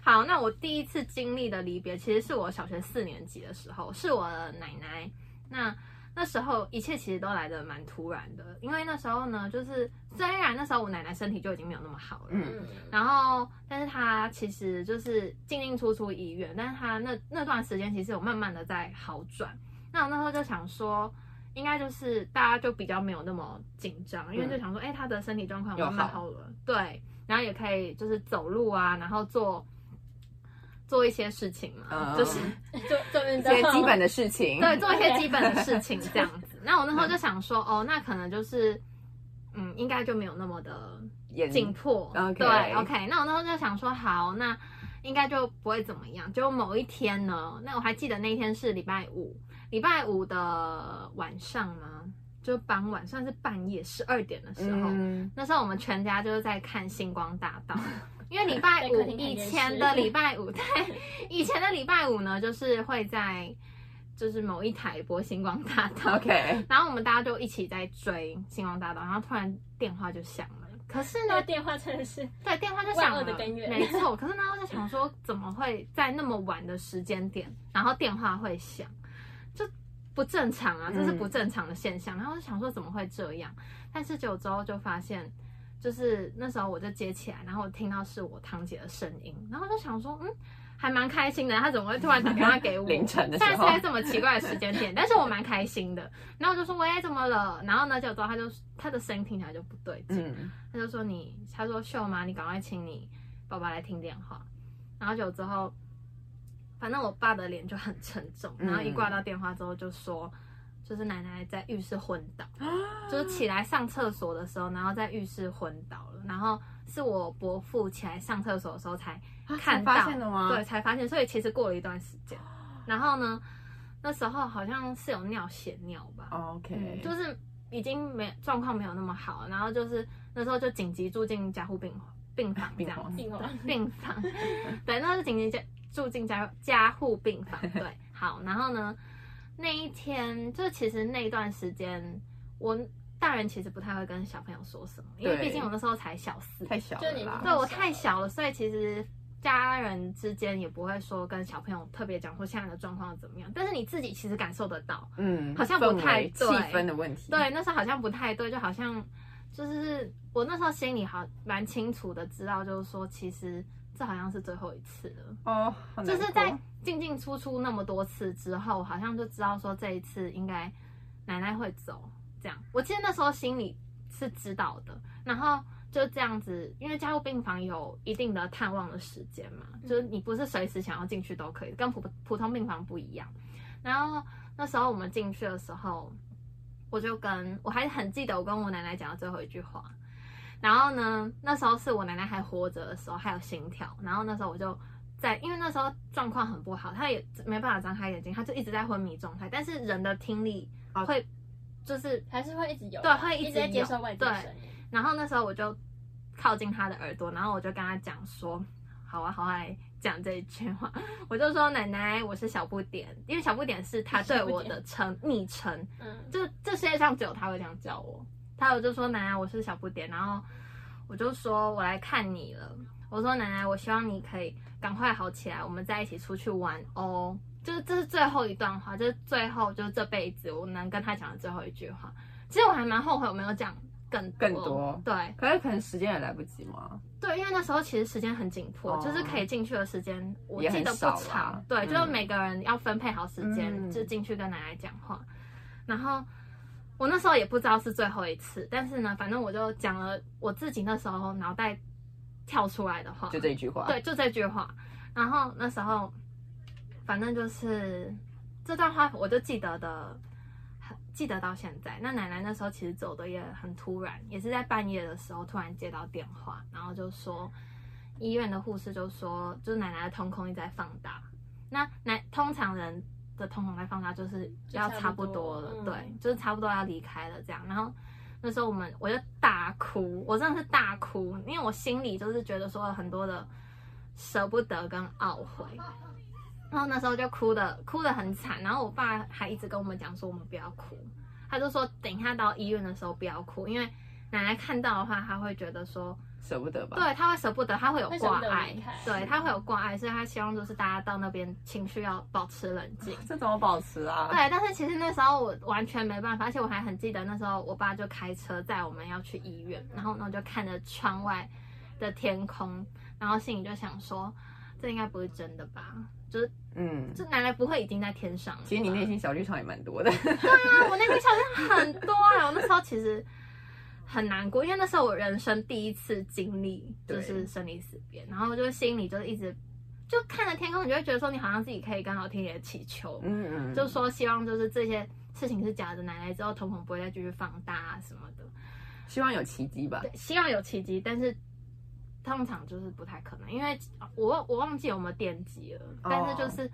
Speaker 1: 好，那我第一次经历的离别，其实是我小学四年级的时候，是我奶奶。那那时候一切其实都来得蛮突然的，因为那时候呢，就是虽然那时候我奶奶身体就已经没有那么好了，
Speaker 2: 嗯
Speaker 3: 嗯，
Speaker 1: 然后，但是他其实就是进进出出医院，但是他那那段时间其实有慢慢的在好转。那我那时候就想说，应该就是大家就比较没有那么紧张，因为
Speaker 2: 嗯
Speaker 1: 就想说，哎、他的身体状况
Speaker 2: 有
Speaker 1: 慢慢
Speaker 2: 好
Speaker 1: 好了，对，然后也可以就是走路啊，然后做做一些事情嘛，
Speaker 2: 嗯
Speaker 1: 就是
Speaker 3: 做做运
Speaker 2: 一
Speaker 3: 动，
Speaker 2: 些基本的事情，
Speaker 1: 对，做一些基本的事情这样子。那我那时候就想说，哦，那可能就是，嗯，应该就没有那么的
Speaker 2: 眼
Speaker 1: 紧迫。
Speaker 2: OK
Speaker 1: 对，OK。那我那时候就想说，好，那应该就不会怎么样。结果某一天呢，那我还记得那一天是礼拜五，礼拜五的晚上嘛，就傍晚，算是半夜十二点的时候。
Speaker 2: 嗯，
Speaker 1: 那时候我们全家就是在看星光大道，因为礼拜
Speaker 3: 在客
Speaker 1: 五
Speaker 3: 厅看
Speaker 1: 以
Speaker 3: 电视
Speaker 1: 前
Speaker 3: (laughs)
Speaker 1: 的礼拜五，对，以前的礼拜五呢，就是会在就是某一台播星光大道
Speaker 2: (laughs) OK，
Speaker 1: 然后我们大家就一起在追星光大道，然后突然电话就响了。可是
Speaker 3: 那
Speaker 1: 呢
Speaker 3: 个，电话真的是
Speaker 1: 对，电话就响
Speaker 3: 万恶
Speaker 1: 了，
Speaker 3: 的根源
Speaker 1: 没错。可是呢，我就想说，怎么会在那么晚的时间点，然后电话会响，就不正常
Speaker 2: 嗯
Speaker 1: 啊，这是不正常的现象。然后我就想说，怎么会这样？但是久之后就发现，就是那时候我就接起来，然后我听到是我堂姐的声音，然后我就想说，嗯，还蛮开心的，她怎么会突然打电话给我？
Speaker 2: (laughs) 凌晨的时
Speaker 1: 但是
Speaker 2: 候，
Speaker 1: 在这么奇怪的时间点，但是我蛮开心的。然后我就说喂，怎么了？然后呢，就之后他就他的声音听起来就不对劲，
Speaker 2: 嗯，
Speaker 1: 他就说你，他说秀妈，你赶快请你爸爸来听电话。然后久之后，反正我爸的脸就很沉重，
Speaker 2: 嗯
Speaker 1: 然后一挂到电话之后就说，就是奶奶在浴室昏倒，就是起来上厕所的时候，然后在浴室昏倒了，然后是我伯父起来上厕所的时候才看到，
Speaker 2: 才啊发现的吗
Speaker 1: 对，才发现，所以其实过了一段时间。然后呢，那时候好像是有尿血尿
Speaker 2: 哦
Speaker 1: 吧，嗯，
Speaker 2: ，OK，
Speaker 1: 就是已经没状况没有那么好，然后就是那时候就紧急住进加护病 (laughs) 病房这
Speaker 2: 病
Speaker 1: 样
Speaker 2: 房
Speaker 1: 子，
Speaker 3: 病房
Speaker 1: 病房，对，那是紧急加住进加加护病房，对，好，然后呢，那一天就其实那一段时间，我大人其实不太会跟小朋友说什么，因为
Speaker 2: 对
Speaker 1: 毕竟我那时候才小四，
Speaker 2: 太小
Speaker 3: 就
Speaker 2: 了
Speaker 3: 你
Speaker 2: 啦，
Speaker 1: 对我太小了，所以其实家人之间也不会说跟小朋友特别讲说现在的状况怎么样，但是你自己其实感受得到。
Speaker 2: 嗯，
Speaker 1: 好像不太
Speaker 2: 氛围气
Speaker 1: 对
Speaker 2: 氛的问题，
Speaker 1: 对，那时候好像不太对，就好像就是我那时候心里好蛮清楚的知道，就是说其实这好像是最后一次了，
Speaker 2: 哦，好
Speaker 1: 就
Speaker 2: 难
Speaker 1: 是
Speaker 2: 过
Speaker 1: 在进进出出那么多次之后，好像就知道说这一次应该奶奶会走。这样，我记得那时候心里是知道的，然后。就这样子，因为加护病房有一定的探望的时间嘛，就是你不是随时想要进去都可以，跟普普通病房不一样。然后那时候我们进去的时候，我就跟我还很记得我跟我奶奶讲的最后一句话。然后呢，那时候是我奶奶还活着的时候，还有心跳。然后那时候我就在，因为那时候状况很不好，她也没办法张开眼睛，她就一直在昏迷状态。但是人的听力
Speaker 2: 哦
Speaker 1: 会就是，
Speaker 3: 还是会一直有，啊
Speaker 1: 对会一
Speaker 3: 一
Speaker 1: 直
Speaker 3: 在接
Speaker 1: 有
Speaker 3: 受外界的
Speaker 1: 对
Speaker 3: 声音，
Speaker 1: 然后那时候我就靠近她的耳朵，然后我就跟她讲说：“好啊，好啊。”讲这一句话， (laughs) 我就说奶奶，我是小不点，因为小不点是她对我的称昵称，
Speaker 3: 嗯，
Speaker 1: 就这世界上只有他会这样叫我。他有就说奶奶，我是小不点，然后我就说我来看你了。我说奶奶，我希望你可以赶快好起来，我们再一起出去玩哦。就是这是最后一段话，就是最后就是这辈子我能跟他讲的最后一句话。其实我还蛮后悔我没有讲更多
Speaker 2: 更多
Speaker 1: 对
Speaker 2: 可是可能时间也来不及嘛，
Speaker 1: 对，因为那时候其实时间很紧迫，
Speaker 2: 哦
Speaker 1: 就是可以进去的时间我
Speaker 2: 也
Speaker 1: 记
Speaker 2: 很
Speaker 1: 得不
Speaker 2: 少
Speaker 1: 长
Speaker 2: 啦，
Speaker 1: 对，
Speaker 2: 嗯
Speaker 1: 就是每个人要分配好时间，
Speaker 2: 嗯
Speaker 1: 就进去跟奶奶讲话。然后我那时候也不知道是最后一次，但是呢，反正我就讲了我自己那时候脑袋跳出来的话，
Speaker 2: 就这一句话，
Speaker 1: 对，就这句话。然后那时候，反正就是这段话，我就记得的，记得到现在。那奶奶那时候其实走的也很突然，也是在半夜的时候突然接到电话，然后就说医院的护士就说，就是奶奶的瞳孔一直在放大。那奶通常人的瞳孔在放大就是
Speaker 3: 就
Speaker 1: 要
Speaker 3: 差
Speaker 1: 差不
Speaker 3: 不
Speaker 1: 多
Speaker 3: 多
Speaker 1: 了，
Speaker 3: 嗯
Speaker 1: 对，就是差不多要离开了这样。然后那时候我们我就大哭，我真的是大哭，因为我心里就是觉得说有很多的舍不得跟懊悔。然后那时候就哭的哭的很惨，然后我爸还一直跟我们讲说我们不要哭，他就说等一下到医院的时候不要哭，因为奶奶看到的话，她会觉得说
Speaker 2: 舍不得吧？
Speaker 1: 对，他会舍不得，他会有
Speaker 3: 会舍
Speaker 1: 挂
Speaker 3: 不得
Speaker 1: 碍
Speaker 3: 离开，
Speaker 1: 对他会有挂碍，所以他希望就是大家到那边情绪要保持冷静。
Speaker 2: 这怎么保持啊？
Speaker 1: 对，但是其实那时候我完全没办法，而且我还很记得那时候我爸就开车载我们要去医院，然后呢我就看着窗外的天空，然后心里就想说，这应该不是真的吧？就是
Speaker 2: 嗯，
Speaker 1: 这奶奶不会已经在天上了吧？
Speaker 2: 其实你内心小剧场也蛮多的。
Speaker 1: 啊，我那天想象很多啊，我那时候其实很难过，因为那时候我人生第一次经历
Speaker 2: 对
Speaker 1: 就是生离死别，然后就心里就一直就看着天空，你就会觉得说你好像自己可以跟老天爷祈求，
Speaker 2: 嗯嗯，
Speaker 1: 就说希望就是这些事情是假的，奶奶之后瞳孔不会再继续放大啊什么的，
Speaker 2: 希望有奇迹吧。
Speaker 1: 对，希望有奇迹，但是。通常就是不太可能，因为我忘我忘记有没有电击了，但是就是
Speaker 2: 哦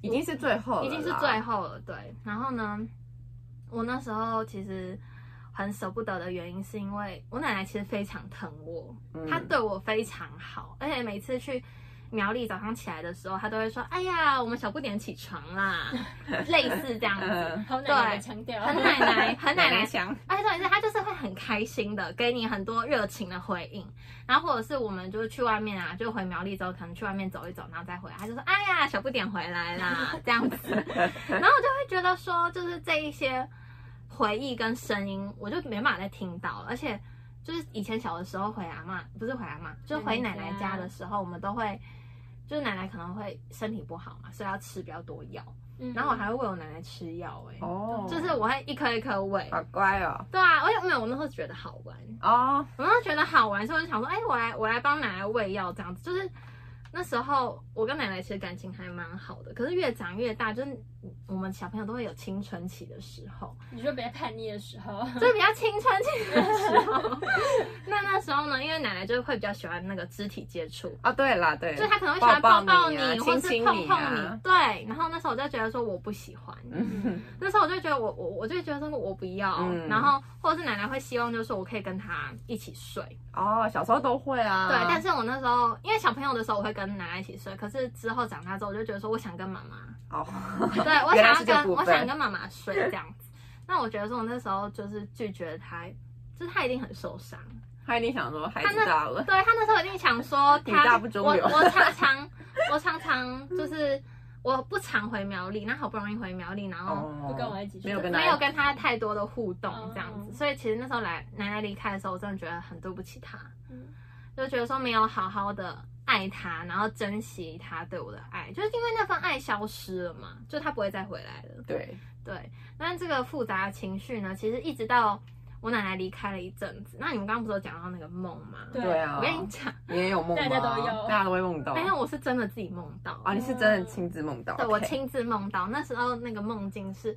Speaker 2: 已经是最后了啦，
Speaker 1: 已经是最后了，对。然后呢，我那时候其实很舍不得的原因，是因为我奶奶其实非常疼我，
Speaker 2: 嗯
Speaker 1: 她对我非常好，而且每次去苗栗早上起来的时候，她都会说：“哎呀，我们小不点起床啦”，
Speaker 2: (laughs)
Speaker 1: 类似这样子。
Speaker 2: 嗯
Speaker 3: 好奶奶的腔调，
Speaker 1: 很奶奶，很奶奶
Speaker 2: 强，
Speaker 1: 而且重点是他就是会很开心的给你很多热情的回应，然后或者是我们就是去外面啊，就回苗栗之后可能去外面走一走，然后再回来，他就说哎呀小不点回来啦这样子，然后我就会觉得说就是这一些回忆跟声音，我就没办法再听到了，而且就是以前小的时候回阿嬷，不是回阿嬷，就是回奶奶家的时候，我们都会就是奶奶可能会身体不好嘛，所以要吃比较多药，
Speaker 3: (laughs) 嗯
Speaker 1: 然后我还会喂我奶奶吃药哎、
Speaker 2: 哦，
Speaker 1: 就是我会一颗一颗喂，
Speaker 2: 好乖哦，
Speaker 1: 对啊，而且没有，我那时候觉得好玩，
Speaker 2: 哦，
Speaker 1: 我那时候觉得好玩，所以我就想说，哎、我来我来帮奶奶喂药这样子。就是那时候我跟奶奶其实感情还蛮好的，可是越长越大，就是我们小朋友都会有青春期的时候，
Speaker 2: 嗯
Speaker 3: 你说别叛逆的时候，
Speaker 1: 就是比较青春期的时
Speaker 2: (laughs)
Speaker 1: 候。那那时候呢，因为奶奶就会比较喜欢那个肢体接触，
Speaker 2: 哦，对啦，对，
Speaker 1: 就是她可能会喜欢抱
Speaker 2: 抱
Speaker 1: 抱
Speaker 2: 你啊
Speaker 1: 或是
Speaker 2: 亲亲
Speaker 1: 碰碰
Speaker 2: 你啊
Speaker 1: 对，然后那时候我就觉得说我不喜欢，
Speaker 2: 嗯
Speaker 1: 那时候我就觉得我我我就觉得说我不要，
Speaker 2: 嗯
Speaker 1: 然后或者是奶奶会希望就是我可以跟她一起睡，
Speaker 2: (laughs) 哦，小时候都会啊，
Speaker 1: 对，但是我那时候因为小朋友的时候我会跟奶奶一起睡，可是之后长大之后我就觉得说我想跟妈
Speaker 2: (laughs)
Speaker 1: 妈，
Speaker 2: 哦，
Speaker 1: 对我
Speaker 2: 原来
Speaker 1: 想要
Speaker 2: 是这
Speaker 1: 跟
Speaker 2: 部
Speaker 1: 我
Speaker 2: 分
Speaker 1: 想跟妈妈睡这样子。那我觉得说我那时候就是拒绝他，就是他一定很受伤，
Speaker 2: 他一定想说孩
Speaker 1: 他
Speaker 2: 子
Speaker 1: 那
Speaker 2: 大了，
Speaker 1: 对他那时候一定想说
Speaker 2: 女
Speaker 1: 他
Speaker 2: 大不中
Speaker 1: 我
Speaker 2: 留
Speaker 1: 我
Speaker 2: (laughs)
Speaker 1: 常常我常常就是我不常回苗栗，那好不容易回苗栗，然后
Speaker 2: 哦，
Speaker 3: 不跟我一起去，
Speaker 2: 没有跟奶奶
Speaker 1: 没有跟他太多的互动这样子，
Speaker 3: 哦
Speaker 1: 所以其实那时候来奶奶离开的时候，我真的觉得很对不起他，
Speaker 3: 嗯
Speaker 1: 就觉得说没有好好的爱他，然后珍惜他对我的爱，就是因为那份爱消失了嘛，就他不会再回来了。
Speaker 2: 对，
Speaker 1: 对，但这个复杂的情绪呢，其实一直到我奶奶离开了一阵子，那你们刚刚不是有讲到那个梦吗？
Speaker 3: 对
Speaker 2: 对啊
Speaker 1: 我，跟你讲，
Speaker 2: 你也有梦吗？
Speaker 3: 大家都有
Speaker 2: 大家都会梦到
Speaker 1: 但是我是真的自己梦到，
Speaker 2: 哦啊，你是真的亲自梦到，
Speaker 1: 嗯对我
Speaker 2: OK
Speaker 1: 亲自梦到，那时候那个梦境是，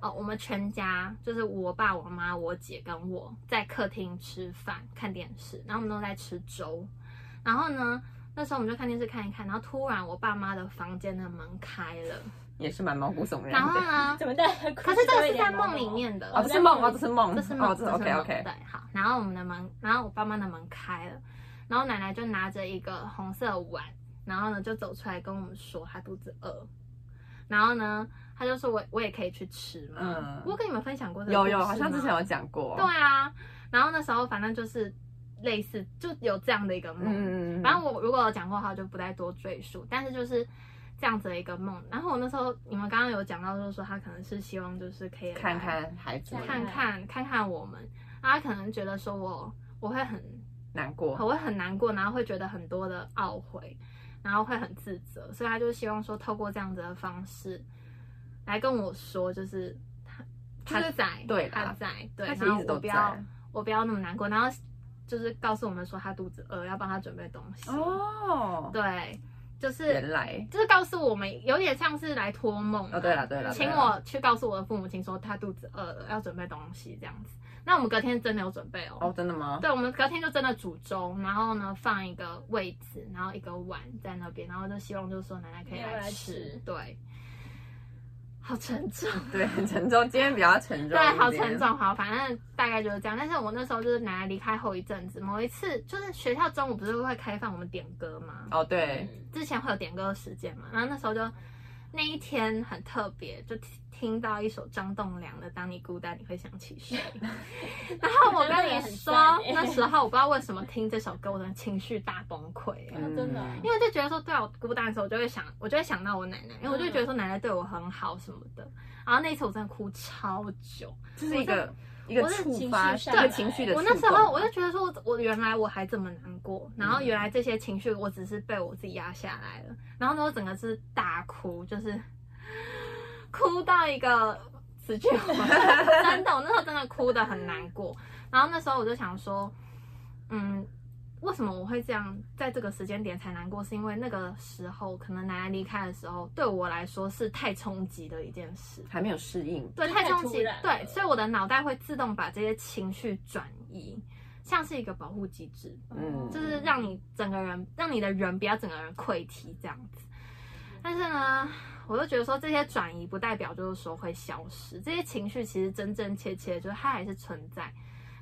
Speaker 1: 呃，我们全家就是我爸、我妈、我姐跟我在客厅吃饭看电视，然后我们都在吃粥，然后呢，那时候我们就看电视看一看，然后突然我爸妈的房间的门开了，
Speaker 2: 也是蛮毛骨悚
Speaker 1: 然
Speaker 2: 然
Speaker 1: 后
Speaker 2: 的， (laughs)
Speaker 1: 呢，
Speaker 3: 怎么的？
Speaker 1: 可是这个是在梦里，面的，
Speaker 2: 哦，这是梦，哦，这是梦，
Speaker 1: 这是
Speaker 2: 哦
Speaker 1: 梦，这
Speaker 2: 这是
Speaker 1: 是
Speaker 2: OK
Speaker 1: 梦
Speaker 2: OK，
Speaker 1: 对，好。然后我们的门，然后我爸妈的门开了，然后奶奶就拿着一个红色碗，然后呢就走出来跟我们说她肚子饿，然后呢她就说我我也可以去吃嘛。
Speaker 2: 嗯
Speaker 1: 我有跟你们分享过这个
Speaker 2: 有
Speaker 1: 故
Speaker 2: 有，
Speaker 1: 事
Speaker 2: 好像之
Speaker 1: 吗
Speaker 2: 前有讲过，
Speaker 1: 对啊，然后那时候反正就是类似就有这样的一个梦，
Speaker 2: 嗯，嗯嗯嗯，
Speaker 1: 反正我如果有讲过的话，我就不再多赘述。但是就是这样子的一个梦。然后我那时候你们刚刚有讲到，就是说他可能是希望就是可以来
Speaker 2: 嗯看看孩子
Speaker 3: 看
Speaker 1: 看看看看我们，然后他可能觉得说我我会很
Speaker 2: 难过，
Speaker 1: 我会很难过，然后会觉得很多的懊悔，然后会很自责，所以他就希望说透过这样子的方式来跟我说，就是他
Speaker 2: 就
Speaker 1: 他
Speaker 2: 是
Speaker 1: 在，
Speaker 2: 对啦
Speaker 1: 他在，对，
Speaker 2: 他
Speaker 1: 然
Speaker 2: 其实一
Speaker 1: 后
Speaker 2: 直
Speaker 1: 我不
Speaker 2: 都在
Speaker 1: 要我不要那么难过，然后就是告诉我们说他肚子饿，要帮他准备东西，
Speaker 2: 哦，
Speaker 1: 对，就是
Speaker 2: 原来
Speaker 1: 就是告诉我们，有点像是来托梦啊。
Speaker 2: 哦对啦对啦对
Speaker 1: 请
Speaker 2: 啦
Speaker 1: 我去告诉我的父母亲说他肚子饿了，要准备东西这样子。那我们隔天真的有准备哦。
Speaker 2: 哦，真的吗？
Speaker 1: 对，我们隔天就真的煮粥，然后呢放一个位置，然后一个碗在那边，然后就希望就是说奶奶可以
Speaker 3: 奶奶
Speaker 1: 来
Speaker 3: 来
Speaker 1: 吃。
Speaker 3: 吃
Speaker 1: 对， (laughs) 好沉重。
Speaker 2: 对，很沉重，今天比较沉重，
Speaker 1: 对，好沉。重，好，反正大概就是这样。但是我那时候就是奶奶离开后一阵子，某一次就是学校中午不是会开放我们点歌吗？
Speaker 2: 哦，对，
Speaker 1: 之前会有点歌时间嘛，然后那时候就那一天很特别，就听听到一首张栋梁的《当你孤单，你会想起谁》。然后我跟你说
Speaker 3: 张栋梁很，帅欸
Speaker 1: 那时候我不知道为什么听这首歌，我的情绪大崩溃、
Speaker 3: 啊真的啊
Speaker 2: 嗯
Speaker 1: 因为就觉得说，对啊，我孤单的时候，我就会想，我就会想到我奶奶，因为我就觉得说奶奶对我很好什么的。然后那一次我真的哭超久，
Speaker 2: 这是一个一个
Speaker 3: 我是
Speaker 2: 触
Speaker 3: 情
Speaker 2: 发这
Speaker 3: 绪上
Speaker 2: 个
Speaker 3: 来
Speaker 2: 情绪的
Speaker 1: 我
Speaker 2: 触动。嗯
Speaker 1: 那时候我就觉得说我，我原来我还这么难过，然后原来这些情绪我只是被我自己压下来了，然后呢，我整个是大哭，就是 (laughs) 哭到一个死去
Speaker 2: (laughs)
Speaker 1: 活来，真的，我那时候真的哭的很难过。然后那时候我就想说，嗯，为什么我会这样，在这个时间点才难过？是因为那个时候可能奶奶离开的时候，对我来说是太冲击的一件事。
Speaker 2: 还没有适应，
Speaker 1: 对，
Speaker 3: 就
Speaker 1: 太
Speaker 3: 太
Speaker 1: 冲
Speaker 3: 突
Speaker 1: 击
Speaker 3: 然，
Speaker 1: 对，
Speaker 3: 了
Speaker 1: 所以我的脑袋会自动把这些情绪转移，像是一个保护机制，
Speaker 2: 嗯
Speaker 1: 就是让你整个人，让你的人不要整个人溃堤这样子。但是呢，我就觉得说这些转移不代表就是说会消失，这些情绪其实真真切切就是它还是存在，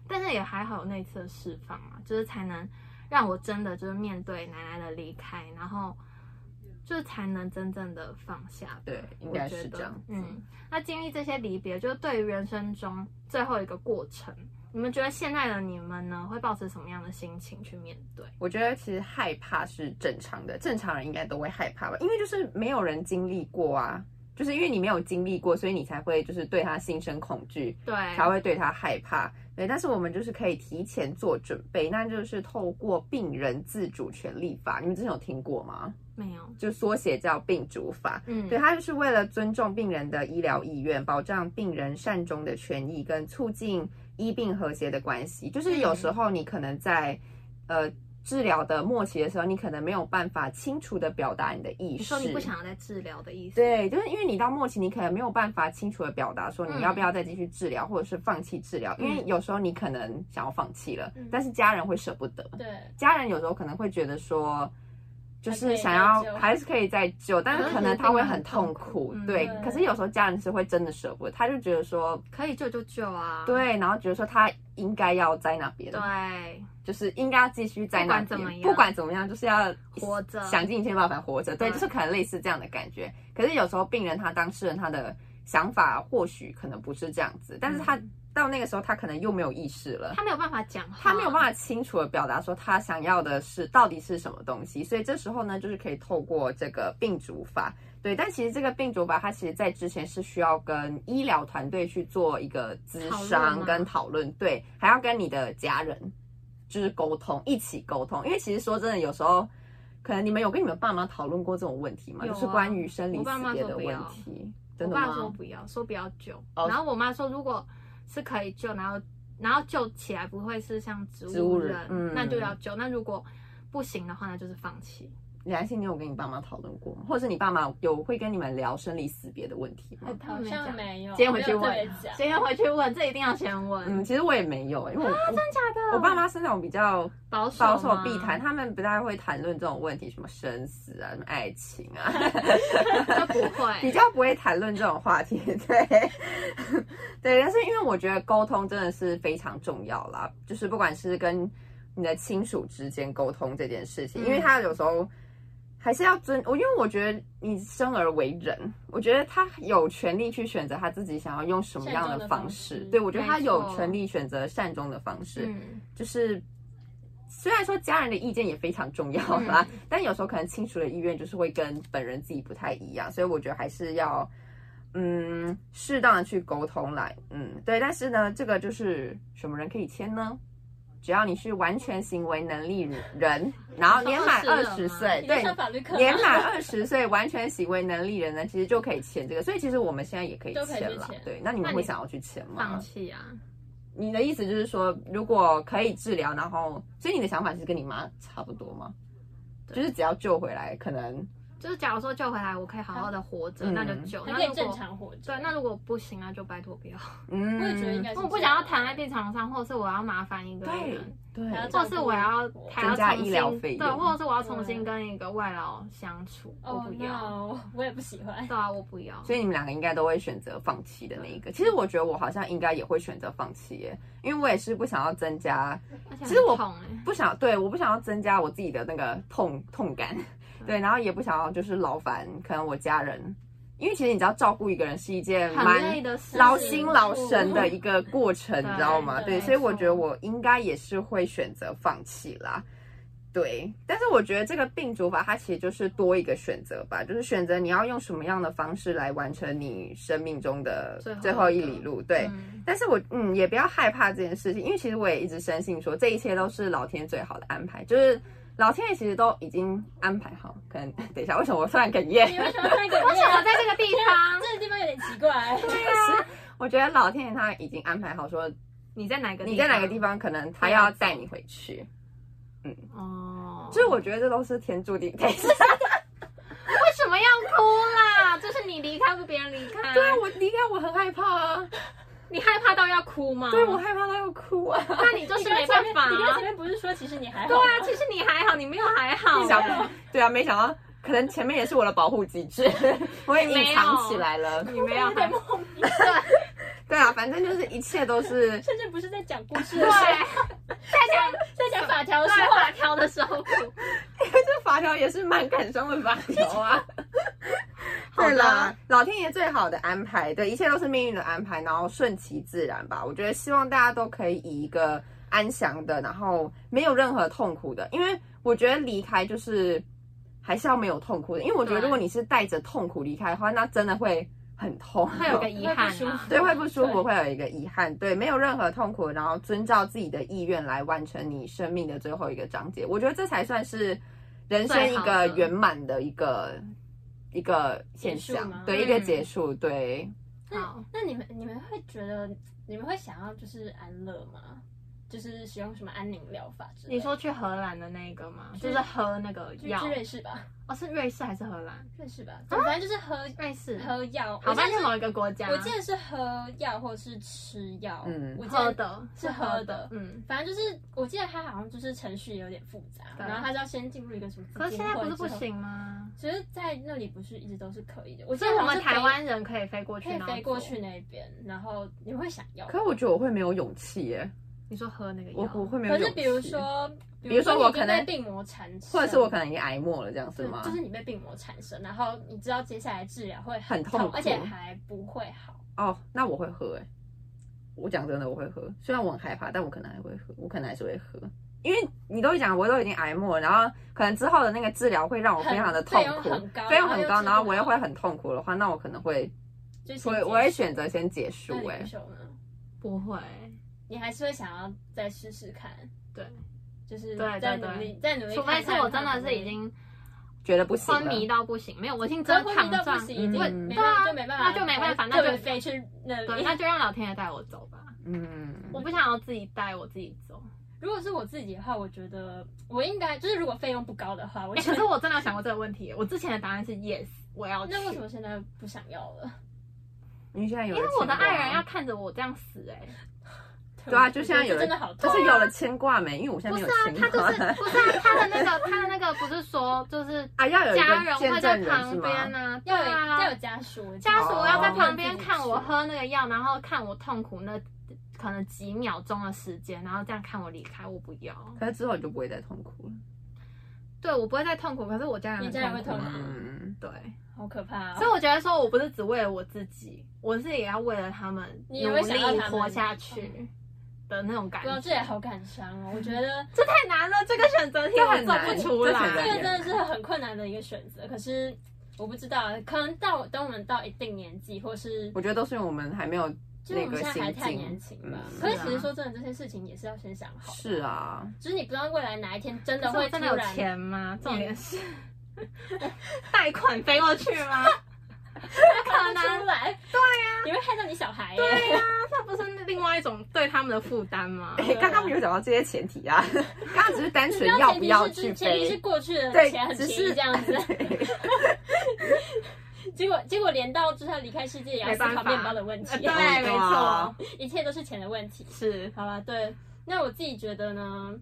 Speaker 1: 但是也还好有那次的释放嘛，就是才能让我真的就是面对奶奶的离开，然后就是才能真正的放下吧
Speaker 2: 对，应
Speaker 1: 我
Speaker 2: 该
Speaker 1: 觉
Speaker 2: 是
Speaker 1: 得
Speaker 2: 这样子。
Speaker 1: 嗯，那经历这些离别，就是对于人生中最后一个过程，你们觉得现在的你们呢，会抱持什么样的心情去面对？
Speaker 2: 我觉得其实害怕是正常的，正常人应该都会害怕吧，因为就是没有人经历过啊，就是因为你没有经历过，所以你才会就是对他心生恐惧，
Speaker 1: 对，
Speaker 2: 才会对他害怕。对，但是我们就是可以提前做准备，那就是透过病人自主权利法，你们之前有听过吗？
Speaker 1: 没有，
Speaker 2: 就缩写叫病主法。
Speaker 1: 嗯，
Speaker 2: 对，，它就是为了尊重病人的医疗意愿，保障病人善终的权益，跟促进医病和谐的关系。就是有
Speaker 1: 嗯
Speaker 2: 时候你可能在、呃治疗的末期的时候，你可能没有办法清楚的表达你的意
Speaker 1: 你
Speaker 2: 识。
Speaker 1: 说你不想要再治疗的意思，，
Speaker 2: 对，就是因为你到末期，你可能没有办法清楚的表达说你
Speaker 1: 嗯
Speaker 2: 要不要再继续治疗，或者是放弃治疗，因为有时候你可能想要放弃了，
Speaker 3: 嗯
Speaker 2: 但是家人会舍不得。
Speaker 3: 对，
Speaker 2: 家人有时候可能会觉得说，就
Speaker 3: 还可
Speaker 2: 是
Speaker 3: 以
Speaker 2: 想
Speaker 3: 再
Speaker 2: 要
Speaker 3: 救
Speaker 2: 还是可以再救，但是可能他会很痛苦
Speaker 1: 嗯，
Speaker 2: 对
Speaker 3: 对。
Speaker 2: 可是有时候家人是会真的舍不得，他就觉得说，
Speaker 1: 可以救就救啊，
Speaker 2: 对，然后觉得说他应该要在那边，
Speaker 1: 对，
Speaker 2: 就是应该要继续在那
Speaker 1: 不管怎么
Speaker 2: 边，
Speaker 1: 样
Speaker 2: 不管怎么样，就是要
Speaker 1: 活着
Speaker 2: 想尽一切办法活着，对，
Speaker 1: 对
Speaker 2: 就是可能类似这样的感觉。可是有时候病人他当事人他的想法或许可能不是这样子，但是他
Speaker 1: 嗯
Speaker 2: 到那个时候他可能又没有意识了。
Speaker 1: 他没有办法讲话，
Speaker 2: 他没有办法清楚的表达说他想要的是到底是什么东西，所以这时候呢，就是可以透过这个病主法，对，但其实这个病主法它其实在之前是需要跟医疗团队去做一个咨
Speaker 1: 讨论
Speaker 2: 商
Speaker 1: 吗
Speaker 2: 跟讨论，对，还要跟你的家人就是沟通，一起沟通，因为其实说真的，有时候。可能你们有跟你们爸妈讨论过这种问题吗？
Speaker 1: 有啊
Speaker 2: 就是关于生离
Speaker 1: 我爸妈
Speaker 2: 死别
Speaker 1: 说
Speaker 2: 的
Speaker 1: 不
Speaker 2: 问
Speaker 1: 要
Speaker 2: 题，
Speaker 1: 我
Speaker 2: 真的
Speaker 1: 爸说
Speaker 2: 吗？
Speaker 1: 不要，说不要救。
Speaker 2: 哦
Speaker 1: 然后我妈说，如果是可以救，然后然后救起来不会是像植
Speaker 2: 植
Speaker 1: 物
Speaker 2: 物
Speaker 1: 人，
Speaker 2: 人嗯
Speaker 1: 那就要救。那如果不行的话，那就是放弃。
Speaker 2: 李安心，你有跟你爸妈讨论过吗？或者是你爸妈有会跟你们聊生离死别的问题吗？
Speaker 3: 好像没有，
Speaker 1: 今天回去
Speaker 3: 没有特
Speaker 1: 问
Speaker 3: 别讲
Speaker 1: 今天回去问，这一定要先问。
Speaker 2: 嗯，其实我也没有，因为我、我
Speaker 1: 假啊的
Speaker 2: 我爸妈是那种比较
Speaker 1: 保守
Speaker 2: 保守
Speaker 1: 吗
Speaker 2: 避谈，，他们不太会谈论这种问题，什么生死啊，什么爱情啊，
Speaker 1: 就不
Speaker 2: 比
Speaker 1: 会。
Speaker 2: 较不会谈论这种话题。 (laughs) 对，对，但是因为我觉得沟通真的是非常重要啦，就是不管是跟你的亲属之间沟通这件事情，因为
Speaker 1: 嗯
Speaker 2: 他有时候。还是要尊我，因为我觉得你生而为人，我觉得他有权利去选择他自己想要用什么样
Speaker 3: 善
Speaker 2: 的
Speaker 3: 终的
Speaker 2: 方
Speaker 3: 方
Speaker 2: 式。
Speaker 3: 式
Speaker 2: 对我觉得他
Speaker 1: 没
Speaker 2: 有
Speaker 1: 错
Speaker 2: 权利选择善终的方式。
Speaker 1: 嗯，
Speaker 2: 就是虽然说家人的意见也非常重要啦，但有时候可能亲属的意愿就是会跟本人自己不太一样，所以我觉得还是要嗯适当的去沟通啦，嗯对。但是呢，这个就是什么人可以签呢？只要你是完全行为能力人，然后年满
Speaker 1: 20
Speaker 2: 二
Speaker 1: 了吗
Speaker 2: 十岁，
Speaker 3: 你在
Speaker 2: 对，
Speaker 3: 上法律课吗
Speaker 2: 年满二十岁完全行为能力人呢，其实就可以签这个。所以其实我们现在也可以
Speaker 3: 都可以
Speaker 2: 签
Speaker 3: 去
Speaker 2: 了
Speaker 3: 签，
Speaker 2: 对。那你们
Speaker 1: 那
Speaker 2: 会
Speaker 1: 你
Speaker 2: 想要去签吗？
Speaker 1: 放弃啊，
Speaker 2: 你的意思就是说，如果可以治疗，然后，所以你的想法其实跟你妈差不多吗？
Speaker 1: 对
Speaker 2: 就是只要救回来，可能
Speaker 1: 就是假如说救回来，我可以好好的活着，
Speaker 2: 嗯
Speaker 1: 那就救。
Speaker 3: 还
Speaker 1: 那
Speaker 3: 可以
Speaker 1: 如
Speaker 3: 正
Speaker 1: 果
Speaker 3: 常活着。
Speaker 1: 对，那如果不行，那就拜托不要。
Speaker 2: 嗯，
Speaker 3: 我也觉得应该是这样。
Speaker 1: 我不想要躺在病床上，或者是我要麻烦一个
Speaker 2: 对
Speaker 1: 人，
Speaker 2: 对，
Speaker 3: 还要
Speaker 1: 或者是我要还要
Speaker 2: 增加
Speaker 1: 重
Speaker 2: 医
Speaker 1: 新
Speaker 2: 疗费用
Speaker 1: 对，或者是我要重新跟一个外劳相处，我
Speaker 3: 哦
Speaker 1: 不要。
Speaker 3: no，我也不喜欢。
Speaker 1: 对啊，我不要。
Speaker 2: 所以你们两个应该都会选择放弃的那一个。其实我觉得我好像应该也会选择放弃耶，因为我也是不想要增加，
Speaker 1: 而且
Speaker 2: 其实我
Speaker 1: 很痛哎，
Speaker 2: 不想对，我不想要增加我自己的那个痛痛感，对，然后也不想要就是劳烦可能我家人因为其实你知道照顾一个人是一件
Speaker 1: 很累
Speaker 2: 蛮
Speaker 1: 的事，
Speaker 2: 劳心劳神的一个过程，
Speaker 1: 对
Speaker 2: 你知道吗？
Speaker 3: 对
Speaker 2: 对，所以
Speaker 1: 没错
Speaker 2: 我觉得我应该也是会选择放弃啦。对，但是我觉得这个病主法它其实就是多一个选择吧，就是选择你要用什么样的方式来完成你生命中的
Speaker 1: 最后
Speaker 2: 最后一
Speaker 1: 的
Speaker 2: 里路。对，
Speaker 1: 嗯
Speaker 2: 但是我嗯也不要害怕这件事情，因为其实我也一直深信说这一切都是老天最好的安排，就是老天爷其实都已经安排好。可能 (laughs) 等一下，为什么我突然哽咽？
Speaker 3: 你为什么那个？
Speaker 1: 为什么在这个地啊方？
Speaker 3: 这个地方有点奇怪？
Speaker 2: (laughs) 我觉得老天爷他已经安排好说
Speaker 1: 你在哪个？
Speaker 2: 你在哪个地？方，可能他要带你回去。
Speaker 1: 哦，
Speaker 2: 就是我觉得这都是天注 (laughs) 定。等一下，
Speaker 1: 为什么要哭啦？就是你离开，不别人离开，
Speaker 2: 对啊，我离开我很害怕啊，
Speaker 1: 你害怕到要哭吗？
Speaker 2: 对我害怕到要哭啊。
Speaker 1: 那你就是没办法
Speaker 3: 你刚前
Speaker 1: 啊。
Speaker 3: 面不是说其实你还好？
Speaker 1: 对啊，其实你还好，你没有还好
Speaker 2: 没。想到，对啊，没想到。可能前面也是我的保护机制， (laughs) 我也隐藏起来了。
Speaker 1: 你没有
Speaker 3: 有点
Speaker 1: 还
Speaker 3: 莫名，
Speaker 2: 对啊，反正就是一切都是
Speaker 3: (laughs) 甚至不是在讲故事的
Speaker 1: (laughs) 对，
Speaker 3: 时候，
Speaker 1: 在
Speaker 3: 在讲法条的时
Speaker 1: 在
Speaker 3: 候，
Speaker 1: 法条的时候哭。
Speaker 3: (laughs)
Speaker 2: 这法条也是蛮感伤的法条啊。对
Speaker 1: 好
Speaker 2: 啦
Speaker 1: 的，
Speaker 2: 老天爷最好的安排，对，一切都是命运的安排，然后顺其自然吧。我觉得希望大家都可以以一个安详的，然后没有任何痛苦的，因为我觉得离开就是还是要没有痛苦的，因为我觉得
Speaker 1: 对
Speaker 2: 如果你是带着痛苦离开的话，那真的会很痛，
Speaker 1: 会有个遗憾
Speaker 3: 会不舒
Speaker 1: 啊
Speaker 3: 服。
Speaker 2: 对，会不舒服，
Speaker 3: 对
Speaker 2: 会有一个遗憾，对，没有任何痛苦，然后遵照自己的意愿来完成你生命的最后一个章节，我觉得这才算是人生一
Speaker 1: 最好
Speaker 2: 个
Speaker 1: 的
Speaker 2: 圆满的一个一个现
Speaker 3: 结束
Speaker 2: 象
Speaker 3: 吗，
Speaker 1: 嗯
Speaker 2: 对，一个结束，对，
Speaker 1: 好，
Speaker 3: 那你们你们会觉得你们会想要就是安乐吗？就是使用什么安宁疗法之类的？
Speaker 1: 你说去荷兰的那个吗？
Speaker 3: 是
Speaker 1: 就是喝那个
Speaker 3: 去
Speaker 1: 药
Speaker 3: 去。瑞士吧，
Speaker 1: 哦，是瑞士还是荷兰？
Speaker 3: 瑞士吧，反正就是喝
Speaker 1: 瑞士。
Speaker 3: 喝药，
Speaker 1: 好
Speaker 3: 我记
Speaker 1: 吧，
Speaker 3: 得
Speaker 1: 是
Speaker 3: 是
Speaker 1: 某一个国家。
Speaker 3: 我记得是喝药或是吃药，
Speaker 2: 嗯
Speaker 3: 我记
Speaker 1: 喝
Speaker 3: 得。
Speaker 1: 的
Speaker 3: 是喝的
Speaker 1: 嗯。
Speaker 3: 反正就是，我记得他好像就是程序有点复杂，
Speaker 1: 对
Speaker 3: 然后他就要先进入一个什么基金
Speaker 1: 可
Speaker 3: 会
Speaker 1: 是
Speaker 3: 之
Speaker 1: 现
Speaker 3: 后。
Speaker 1: 在不是不行吗？
Speaker 3: 其实，在那里不是一直都是可以的。我记
Speaker 1: 所以
Speaker 3: 得
Speaker 1: 我
Speaker 3: 好像
Speaker 1: 们
Speaker 3: 是
Speaker 1: 台
Speaker 3: 飞
Speaker 1: 湾人可以飞过去，
Speaker 3: 可以
Speaker 1: 然后
Speaker 3: 飞过
Speaker 1: 做
Speaker 3: 去。那边，然后你会想要吗。
Speaker 2: 可我觉得我会没有勇气耶，
Speaker 1: 你说喝那个药？
Speaker 2: 我我会没有
Speaker 3: 可
Speaker 2: 勇气，
Speaker 3: 是比如，说，比
Speaker 2: 比如说我
Speaker 3: 你已经
Speaker 2: 可能
Speaker 3: 被病魔缠身，
Speaker 2: 或者是我可能已啊经挨默了，这样是
Speaker 3: 就
Speaker 2: 吗？
Speaker 3: 就是你被病魔缠身，然后你知道接下来治疗会
Speaker 2: 很
Speaker 3: 痛，
Speaker 2: 痛苦
Speaker 3: 而且还不会好。
Speaker 2: 哦，那我会喝哎、我讲真的，我会喝。虽然我很害怕，但我可能还会喝，我可能还是会喝。因为你都讲，我都已经挨默了，然后可能之后的那个治疗会让我非常的痛苦
Speaker 3: 很费用很高，
Speaker 2: 费用很高，然
Speaker 3: 然后又治不好
Speaker 2: 后我又会很痛苦的话，那我可能会，
Speaker 3: 就
Speaker 2: 我
Speaker 3: 先
Speaker 2: 会
Speaker 3: 结束
Speaker 2: 我会选择先结束
Speaker 3: 那
Speaker 2: 哎、
Speaker 3: 你手呢？
Speaker 1: 不会。
Speaker 3: 你还是会想要再试试看，
Speaker 1: 对，
Speaker 3: 就是
Speaker 1: 对
Speaker 3: 再
Speaker 1: 对
Speaker 3: 努
Speaker 1: 对
Speaker 3: 力，再努力
Speaker 1: 除
Speaker 3: 看看
Speaker 1: 非
Speaker 3: 它会不会。
Speaker 1: 是我真的是已经
Speaker 2: 觉得不行
Speaker 1: 昏
Speaker 2: 了。
Speaker 1: 迷到不行，没有，我已经
Speaker 3: 真
Speaker 1: 真
Speaker 3: 昏
Speaker 1: 躺
Speaker 3: 迷到不
Speaker 1: 上，
Speaker 3: 行，已经
Speaker 2: 嗯
Speaker 3: 没
Speaker 1: 对
Speaker 3: 办
Speaker 1: 啊
Speaker 3: 法就没办法，
Speaker 1: 那就没办法那
Speaker 3: 就
Speaker 1: 就
Speaker 3: 飞去那
Speaker 1: 对，
Speaker 3: 里。
Speaker 1: 那就让老天爷带我走吧。
Speaker 2: 嗯，
Speaker 1: 我不想要自己带，我自己走。
Speaker 3: 如果是我自己的话，我觉得我应该就是如果费用不高的话，我
Speaker 1: 哎，
Speaker 3: 觉
Speaker 1: 可
Speaker 3: 得
Speaker 1: 是我真的有想过这个问题，我之前的答案是 yes，我要去。
Speaker 3: 那为什么现在不想要了？
Speaker 2: 因为现在有
Speaker 1: 因
Speaker 2: 了
Speaker 1: 为我的
Speaker 2: 牵挂
Speaker 1: 爱人要看着我这样死，哎，
Speaker 2: 对啊，就现在有
Speaker 3: 我
Speaker 2: 了
Speaker 3: 觉得这真的好痛，啊
Speaker 2: 就是有了牵挂没？因为我现在
Speaker 1: 啊不
Speaker 2: 没
Speaker 1: 是
Speaker 2: 有
Speaker 1: 啊，他
Speaker 2: 牵
Speaker 1: 就
Speaker 2: 挂。
Speaker 1: 是不是啊，他的那个他的那个不是说就是
Speaker 2: (laughs) 啊，要有一
Speaker 1: 家人
Speaker 2: 个见
Speaker 1: 会在
Speaker 2: 证人是
Speaker 1: 旁
Speaker 2: 吗？
Speaker 1: 边啊，对
Speaker 3: 要有
Speaker 1: 啊，
Speaker 3: 要有家属，
Speaker 1: 家属
Speaker 2: 哦
Speaker 1: 要在旁边看我喝那个药，然后看我痛苦那可能几秒钟的时间，然后这样看我离开，我不要。
Speaker 2: 可是之后你就不会再痛苦了。
Speaker 1: 对我不会再痛苦，可是我家人
Speaker 3: 你家人
Speaker 1: 很
Speaker 3: 会
Speaker 1: 痛
Speaker 3: 痛
Speaker 1: 苦啊
Speaker 3: 苦。
Speaker 2: 嗯，
Speaker 1: 对，
Speaker 3: 好可怕
Speaker 1: 所以
Speaker 3: 哦。
Speaker 1: 我觉得说我不是只为了我自己，我是也要为了他们啊
Speaker 3: 你也
Speaker 1: 努
Speaker 3: 会想到
Speaker 1: 力
Speaker 3: 他们
Speaker 1: 活下去的那种感
Speaker 3: 不要，
Speaker 1: 觉。
Speaker 3: 这也好感伤哦。我觉得
Speaker 1: 这太难了，这个选择题
Speaker 2: 这
Speaker 1: 我
Speaker 2: 很
Speaker 1: 做
Speaker 2: 难
Speaker 1: 不出
Speaker 2: 这选择
Speaker 3: 这
Speaker 2: 题
Speaker 1: 来。
Speaker 3: 个真的是很困难的一个选择。可是我不知道，可能到等我们到一定年纪，或是
Speaker 2: 我觉得都是因为我们还没有
Speaker 3: 就是
Speaker 2: 那个
Speaker 3: 我们现在还
Speaker 2: 心
Speaker 3: 太年
Speaker 2: 境
Speaker 3: 轻吧。
Speaker 2: 嗯
Speaker 3: 可是
Speaker 1: 是啊
Speaker 3: 其实说真的，这些事情也是要先想好。
Speaker 2: 是，啊，
Speaker 3: (laughs) 就是你不知道未来哪一天真的
Speaker 1: 可是
Speaker 3: 会
Speaker 1: 我真的有
Speaker 3: 突然 (laughs)
Speaker 1: 钱啊吗？重点是 (laughs) 贷款飞过去吗？
Speaker 3: 不可能出来。对呀、你会害到你小孩耶。
Speaker 1: 对啊呀、那不是另外一种对他们的负担
Speaker 2: (laughs)
Speaker 1: 吗？
Speaker 2: 哎，刚刚没有讲到这些前提啊， (laughs) 刚刚只是单
Speaker 3: 只
Speaker 2: 纯要不要
Speaker 3: 前提
Speaker 2: 去
Speaker 3: 是前提是
Speaker 2: 飞，
Speaker 3: 过去的
Speaker 2: 对
Speaker 3: 钱很
Speaker 2: 只
Speaker 3: 便宜
Speaker 2: 是
Speaker 3: 这样子。 (laughs) 结果结果连到就是他离开世界也要
Speaker 1: 没
Speaker 3: 思
Speaker 1: 办
Speaker 3: 考
Speaker 1: 法
Speaker 3: 面包的问题
Speaker 1: 呃，对，
Speaker 2: 嗯
Speaker 1: 没
Speaker 2: 对啊
Speaker 1: 错，
Speaker 3: 一切都是钱的问题。
Speaker 1: 是
Speaker 3: 好啦，对，那我自己觉得呢，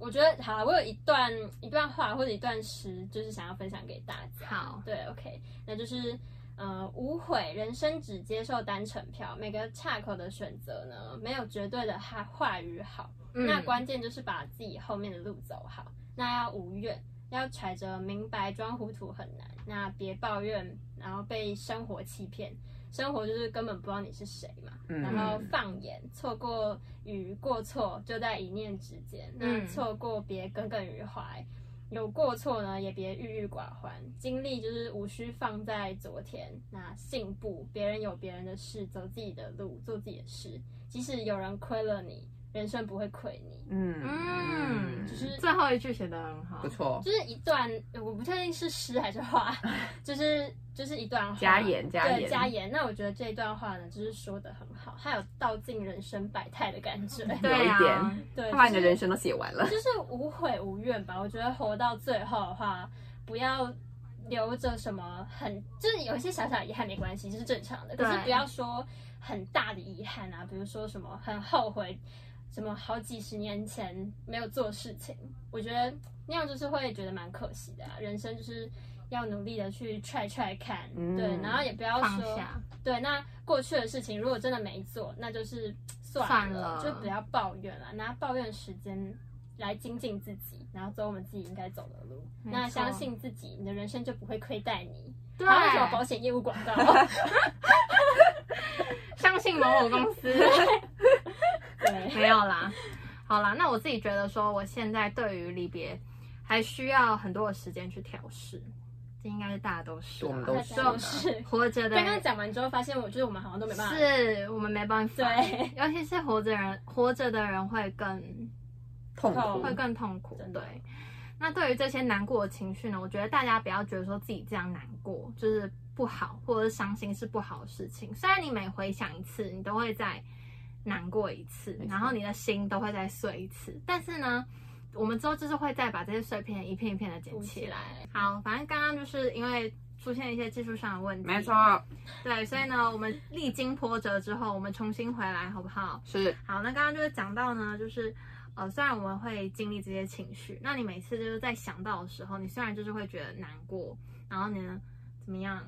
Speaker 3: 我觉得好啦，我有一段一段话或者一段诗，就是想要分享给大家。
Speaker 1: 好
Speaker 3: 对，OK，那就是呃，无悔，人生只接受单程票，每个岔口的选择呢，没有绝对的话话语好，那
Speaker 1: 嗯
Speaker 3: 关键就是把自己后面的路走好，那要无怨。要揣着明白装糊涂很难，那别抱怨，然后被生活欺骗。生活就是根本不知道你是谁嘛，
Speaker 2: (laughs) 嗯
Speaker 3: 然后放眼错过与过错就在一念之间，那
Speaker 1: 嗯
Speaker 3: 错过别耿耿于怀，有过错呢也别郁郁寡欢，精力就是无需放在昨天，那信步，别人有别人的事，走自己的路，做自己的事，即使有人亏了你，人生不会亏你，
Speaker 2: 嗯
Speaker 1: 嗯
Speaker 2: 嗯，
Speaker 3: 就是
Speaker 1: 最后一句写的很好
Speaker 2: 不，错，
Speaker 3: 就是一段，呃我不确定是诗还是画，就是就是一段话
Speaker 2: 加盐加
Speaker 3: 对
Speaker 2: 盐
Speaker 3: 加盐。那我觉得这段话呢，就是说的很好，它有道尽人生百态的感觉。
Speaker 2: 有
Speaker 1: 对
Speaker 2: 一
Speaker 1: 啊
Speaker 2: 点，
Speaker 3: 对，
Speaker 2: 他把你的
Speaker 3: 就是
Speaker 2: 人生都写完了。
Speaker 3: 就是无悔无怨吧。我觉得活到最后的话，不要留着什么很，就是有一些小小遗憾没关系，这、是正常的。可是
Speaker 1: 对
Speaker 3: 不要说很大的遗憾啊，比如说什么很后悔，什么好几十年前没有做事情，我觉得那样就是会觉得蛮可惜的、啊。人生就是。要努力的去 try try 看，
Speaker 2: 嗯
Speaker 3: 对，然后也不要
Speaker 1: 放
Speaker 3: 说，
Speaker 1: 下，
Speaker 3: 对，那过去的事情如果真的没做，那就是算
Speaker 1: 算
Speaker 3: 了，
Speaker 1: 了
Speaker 3: 就不要抱怨了，拿抱怨时间来精进自己，然后走我们自己应该走的路。
Speaker 1: 没
Speaker 3: 那
Speaker 1: 错
Speaker 3: 相信自己，你的人生就不会亏待你。
Speaker 1: 对，
Speaker 3: 然后为什么保险业
Speaker 1: (laughs)
Speaker 3: 务广告？
Speaker 1: 相信某某公司。
Speaker 3: 对，
Speaker 1: 没有啦，好啦，那我自己觉得说，我现在对于离别还需要很多的时间去调试，这应该是大家都是啊、
Speaker 2: 我们都是
Speaker 3: 都是。
Speaker 1: 活着的
Speaker 3: (laughs) 刚刚讲完之后，发现我觉得我们好像都没办法。
Speaker 1: 是我们没办法，
Speaker 3: (laughs) 对，
Speaker 1: 尤其是活着人活着的人会更
Speaker 2: 痛苦
Speaker 1: 会更痛苦
Speaker 3: 真，的
Speaker 1: 对。那对于这些难过的情绪呢，我觉得大家不要觉得说自己这样难过就是不好，或者是伤心是不好的事情。虽然你每回想一次，你都会再难过一次
Speaker 2: 没，错
Speaker 1: 然后你的心都会再碎一次，但是呢，我们之后就是会再把这些碎片一片一片的捡
Speaker 3: 鼓
Speaker 1: 起
Speaker 3: 起
Speaker 1: 来。
Speaker 3: 来，
Speaker 1: 好，反正刚刚就是因为出现一些技术上的问题，
Speaker 2: 没错，
Speaker 1: 对，所以呢，我们历经波折之后，我们重新回来，好不好？
Speaker 2: 是
Speaker 1: 好，那刚刚就是讲到呢，就是呃，虽然我们会经历这些情绪，那你每次就是在想到的时候，你虽然就是会觉得难过，然后你呢怎么样？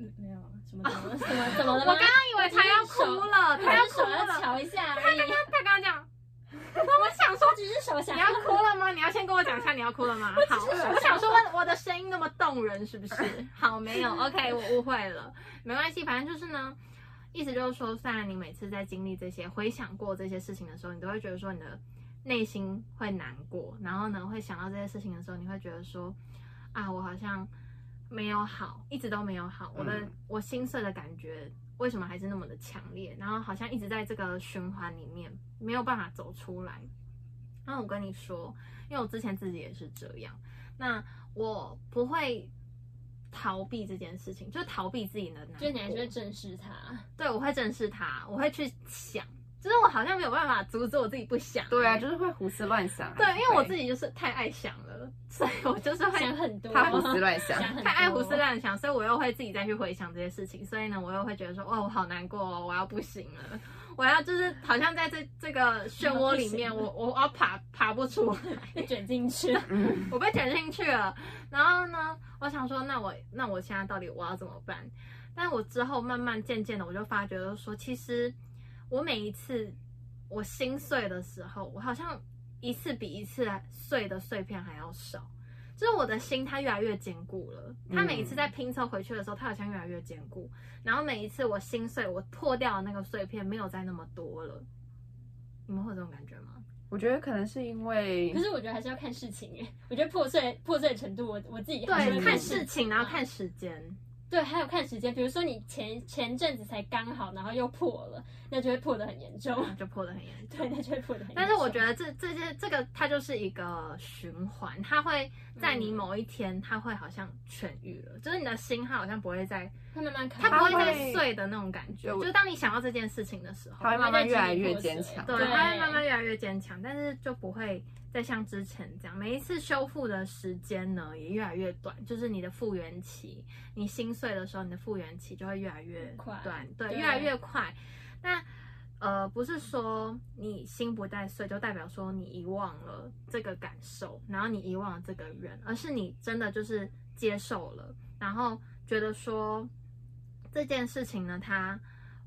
Speaker 3: 嗯，没有什么怎么怎么怎么
Speaker 1: 我
Speaker 3: 了吗？
Speaker 1: 刚刚以为他要哭了，
Speaker 3: 我
Speaker 1: 他要
Speaker 3: 只是
Speaker 1: 哭
Speaker 3: 手要
Speaker 1: 了，
Speaker 3: 瞧一下而已，
Speaker 1: 他刚刚讲，我想说
Speaker 3: 我只是手想
Speaker 1: 你要哭了吗？你要先跟我讲一下你要哭了吗？好，我想说我我的声音那么动人是不是？ (laughs) 好，没有，OK，我误会了，没关系，反正就是呢，意思就是说，虽然你每次在经历这些、回想过这些事情的时候，你都会觉得说你的内心会难过，然后呢会想到这些事情的时候，你会觉得说啊，我好像没有好，一直都没有好，我的、
Speaker 2: 嗯
Speaker 1: 我心碎的感觉为什么还是那么的强烈？然后好像一直在这个循环里面没有办法走出来。然后我跟你说，因为我之前自己也是这样，那我不会逃避这件事情，就是逃避自己的难过。
Speaker 3: 就是你还是会正视它。
Speaker 1: 对，我会正视它，我会去想，就是我好像没有办法阻止我自己不想。
Speaker 2: 对啊，就是会胡思乱想啊。
Speaker 1: 对，因为我自
Speaker 2: 己
Speaker 1: 己就是太爱想了，所以我就是会
Speaker 3: 想很多，
Speaker 2: 他胡思乱想
Speaker 3: 想，很多
Speaker 1: 太爱胡思乱想，所以我又会自己再去回想这些事情，所以呢，我又会觉得说，哇，我好难过哦，我要不行了，我要就是好像在这这个漩涡里
Speaker 3: (laughs)
Speaker 1: 面，
Speaker 3: 我要
Speaker 1: 我我我要爬爬不出来，
Speaker 3: 被卷进去。
Speaker 2: 嗯，
Speaker 1: 我被卷进去了。然后呢，我想说，那我那我现在到底我要怎么办？但我之后慢慢渐渐的，我就发觉到说，其实我每一次我心碎的时候，我好像一次比一次碎的碎片还要少。就是我的心，它越来越坚固了。
Speaker 3: 嗯
Speaker 1: 它每一次在拼凑回去的时候，它好像越来越坚固。然后每一次我心碎，我破掉的那个碎片没有再那么多了。
Speaker 3: 嗯
Speaker 1: 你们会有这种感觉吗？
Speaker 2: 我觉得可能是因为
Speaker 3: 可是我觉得还是要看事情耶， (laughs) 我觉得破碎破碎程度我，我自己还是嗯
Speaker 1: 对，
Speaker 3: 会
Speaker 1: 看
Speaker 3: 事
Speaker 1: 事情，然后看时间。
Speaker 3: 对，还有看时间。比如说你前前阵子才刚好，然后又破了，那就会破的很
Speaker 1: (laughs)
Speaker 3: 严重。
Speaker 1: 就破得很严重。
Speaker 3: 对，那就会破的很严重。
Speaker 1: 但是我觉得这这些这个它就是一个循环，它会在你某一天，它会好像痊愈了，就是你的心它好像不会再，
Speaker 3: 他慢慢看，
Speaker 1: 它不会
Speaker 2: 嗯它
Speaker 1: 再
Speaker 2: 会
Speaker 1: 碎的那种感觉。
Speaker 2: 就
Speaker 1: 就是当你想到这件事情的时候
Speaker 2: 它，会慢慢
Speaker 3: 在
Speaker 2: 越来
Speaker 3: 经历
Speaker 2: 越
Speaker 3: 破
Speaker 2: 坚
Speaker 3: 碎
Speaker 2: 强
Speaker 1: 对，
Speaker 3: 对，
Speaker 1: 它会慢慢越来越坚强，但是就不会再像之前这样，每一次修复的时间呢也越来越短，就是你的复原期，你心碎的时候，你的复原期就会越来越
Speaker 3: 快
Speaker 1: 短，对，
Speaker 3: 对
Speaker 1: 越来越快。那呃，不是说你心不再碎，就代表说你遗忘了这个感受，然后你遗忘了这个人，而是你真的就是接受了，然后觉得说这件事情呢，它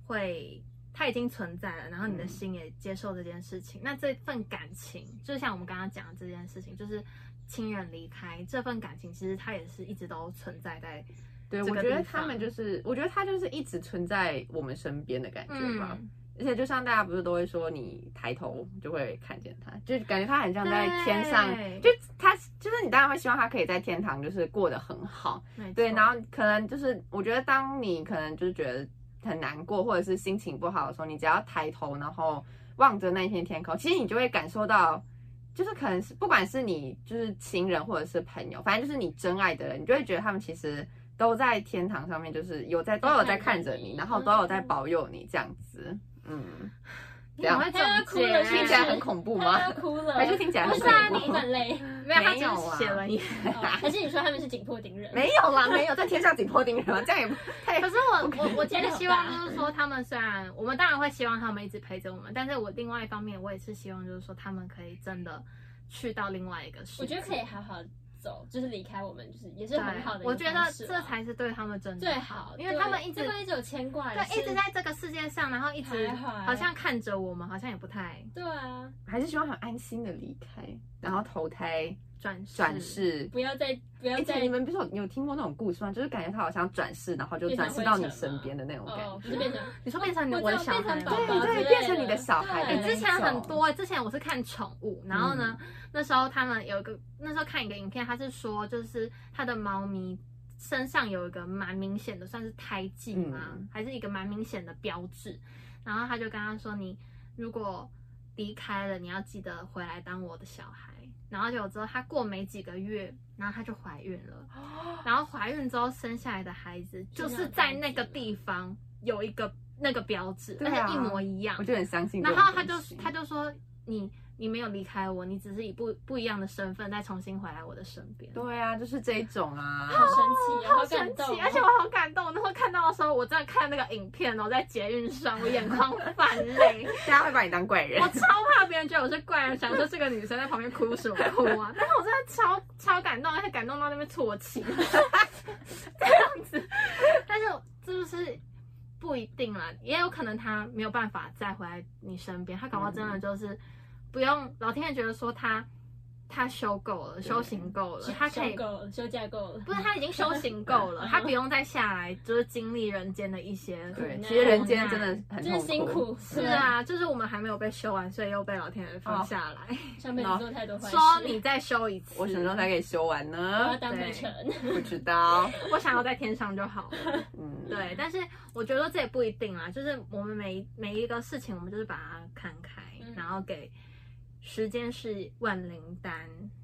Speaker 1: 会它已经存在了，然后你的
Speaker 2: 嗯
Speaker 1: 心也接受这件事情。那这份感情，就像我们刚刚讲的这件事情，就是亲人离开，这份感情其实它也是一直都存在在，
Speaker 2: 对，
Speaker 1: 这
Speaker 2: 我
Speaker 1: 个
Speaker 2: 觉得
Speaker 1: 地
Speaker 2: 他
Speaker 1: 方
Speaker 2: 们就是，我觉得他就是一直存在我们身边的感觉吧。
Speaker 1: 嗯，
Speaker 2: 而且就像大家不是都会说，你抬头就会看见他，就感觉他很像在天上，就
Speaker 1: 对
Speaker 2: 他就是你当然会希望他可以在天堂就是过得很好，
Speaker 1: 没
Speaker 2: 对。
Speaker 1: 错
Speaker 2: 然后可能就是我觉得当你可能就是觉得很难过或者是心情不好的时候，你只要抬头然后望着那一片天空，其实你就会感受到。就是可能是不管是你就是亲人或者是朋友，反正就是你真爱的人，你就会觉得他们其实都在天堂上面，就是有在都有在看着你，然后都有在保佑你这样子，嗯。
Speaker 1: 你很会
Speaker 3: 他要
Speaker 1: 总
Speaker 3: 哭了
Speaker 1: 结
Speaker 2: 啊
Speaker 3: 是不
Speaker 2: 听
Speaker 3: 是
Speaker 2: 起来很恐怖吗 (laughs)
Speaker 3: 他？要哭了，
Speaker 2: 还是听起来
Speaker 3: 不
Speaker 2: 很
Speaker 3: 是啊，
Speaker 2: 恐怖
Speaker 3: 你
Speaker 2: (laughs)
Speaker 3: 很累，
Speaker 1: 没有，他
Speaker 2: 没有
Speaker 1: 只
Speaker 2: 啊
Speaker 1: 是写了一。
Speaker 2: (laughs)
Speaker 3: 哦还是你说他们是紧迫盯人？
Speaker 2: 没有啦，没有在天上紧迫盯人嘛，这样也不太
Speaker 1: 可是我我我觉得
Speaker 3: 压力好
Speaker 1: 希
Speaker 3: 大
Speaker 1: 望就是说，他们虽然我们当然会希望他们一直陪着我们，但是我另外一方面我也是希望就是说他们可以真的去到另外一个世界。
Speaker 3: 我觉得可以好好走，就是离开我们，就是也是很好的一
Speaker 1: 对
Speaker 3: 个
Speaker 1: 我觉得
Speaker 3: 方式啊
Speaker 1: 这才是对他们真的
Speaker 3: 最好，
Speaker 1: 因为他们
Speaker 3: 对
Speaker 1: 一直
Speaker 3: 他们一直有牵挂，
Speaker 1: 对一直
Speaker 3: 是
Speaker 1: 在这个世界上，然后一直
Speaker 3: 徘徊
Speaker 1: 好像看着我们，好像也不太
Speaker 3: 对啊，
Speaker 2: 还是希望很安心的离开，然后投胎
Speaker 1: 转世
Speaker 2: 转。世。
Speaker 3: 不要再不要
Speaker 2: 而且
Speaker 3: 再
Speaker 2: 你们不是有有听过那种故事吗？就是感觉他好像转世，然后就转世到你身边的那种感
Speaker 3: 哦，不
Speaker 2: 觉
Speaker 3: 是。变成
Speaker 1: 你说变成你的
Speaker 3: 我知道
Speaker 1: 小孩
Speaker 3: 变成
Speaker 1: 吗
Speaker 3: 宝宝
Speaker 2: 对对
Speaker 3: 之类的
Speaker 2: 变成你的小孩
Speaker 1: 哎、
Speaker 3: 对
Speaker 1: 之前很多、之前我是看宠物，然后
Speaker 2: 嗯
Speaker 1: 呢，那时候他们有一个，那时候看一个影片，他是说，就是他的猫咪身上有一个蛮明显的，算是胎记嘛，
Speaker 2: 嗯
Speaker 1: 还是一个蛮明显的标志。然后他就跟他说，你如果离开了，你要记得回来当我的小孩。然后结果之后，他过没几个月，然后他就怀孕了。然后怀孕之后生下来的孩子，就是在那个地方有一个那个标志，
Speaker 2: 对
Speaker 1: 而
Speaker 2: 啊
Speaker 1: 且一模一样
Speaker 2: 我。就很相信这
Speaker 1: 然
Speaker 2: 种
Speaker 1: 后
Speaker 2: 东西。
Speaker 1: 他就他就说你你没有离开我，你只是以不不一样的身份再重新回来我的身边。
Speaker 2: 对啊，就是这一种啊。
Speaker 3: 好神奇，
Speaker 1: 好神奇
Speaker 3: 感动哦，，
Speaker 1: 而且我好感动。那时候看到的时候，我真的看那个影片哦，在捷运上，我眼眶泛泪，
Speaker 2: 大家会把你当怪人
Speaker 1: 我。超怕别人觉得我是怪人，想说这个女生在旁边哭什么 (laughs) 哭啊？但是我真的超超感动，而且感动到那边啜泣， (laughs) 这样子。但是这就是不一定啦，也有可能他没有办法再回来你身边，他搞不好真的就是不用老天爷觉得说他他修够了，修行够了，他可
Speaker 3: 休
Speaker 1: 以。
Speaker 3: 够了，休假够了，
Speaker 1: 不是，他已经修行够 (laughs) 了，他不用再下来，就是经历人间的一些
Speaker 2: 对，
Speaker 3: 苦
Speaker 2: 其实人
Speaker 1: 难
Speaker 2: 间真的很
Speaker 3: 真是辛
Speaker 2: 痛苦。
Speaker 3: 苦，
Speaker 1: 是，啊，就是我们还没有被修完，所以又被老天爷放下来。
Speaker 3: (laughs) 上辈子做太多坏事，
Speaker 1: 说
Speaker 3: (laughs)
Speaker 1: 你再修一次，
Speaker 2: 我什么时候才可以修完
Speaker 3: 我要
Speaker 2: 呢？
Speaker 3: 当灰尘，
Speaker 2: 不知
Speaker 1: (laughs)
Speaker 2: 道。
Speaker 1: 我想要在天上就
Speaker 2: (laughs)
Speaker 1: 好了。
Speaker 2: 嗯，
Speaker 1: 对，但是我觉得这也不一定啦，啊就是我们每一每一个事情，我们就是把它看开，
Speaker 3: 嗯
Speaker 1: 然后给时间是万灵丹，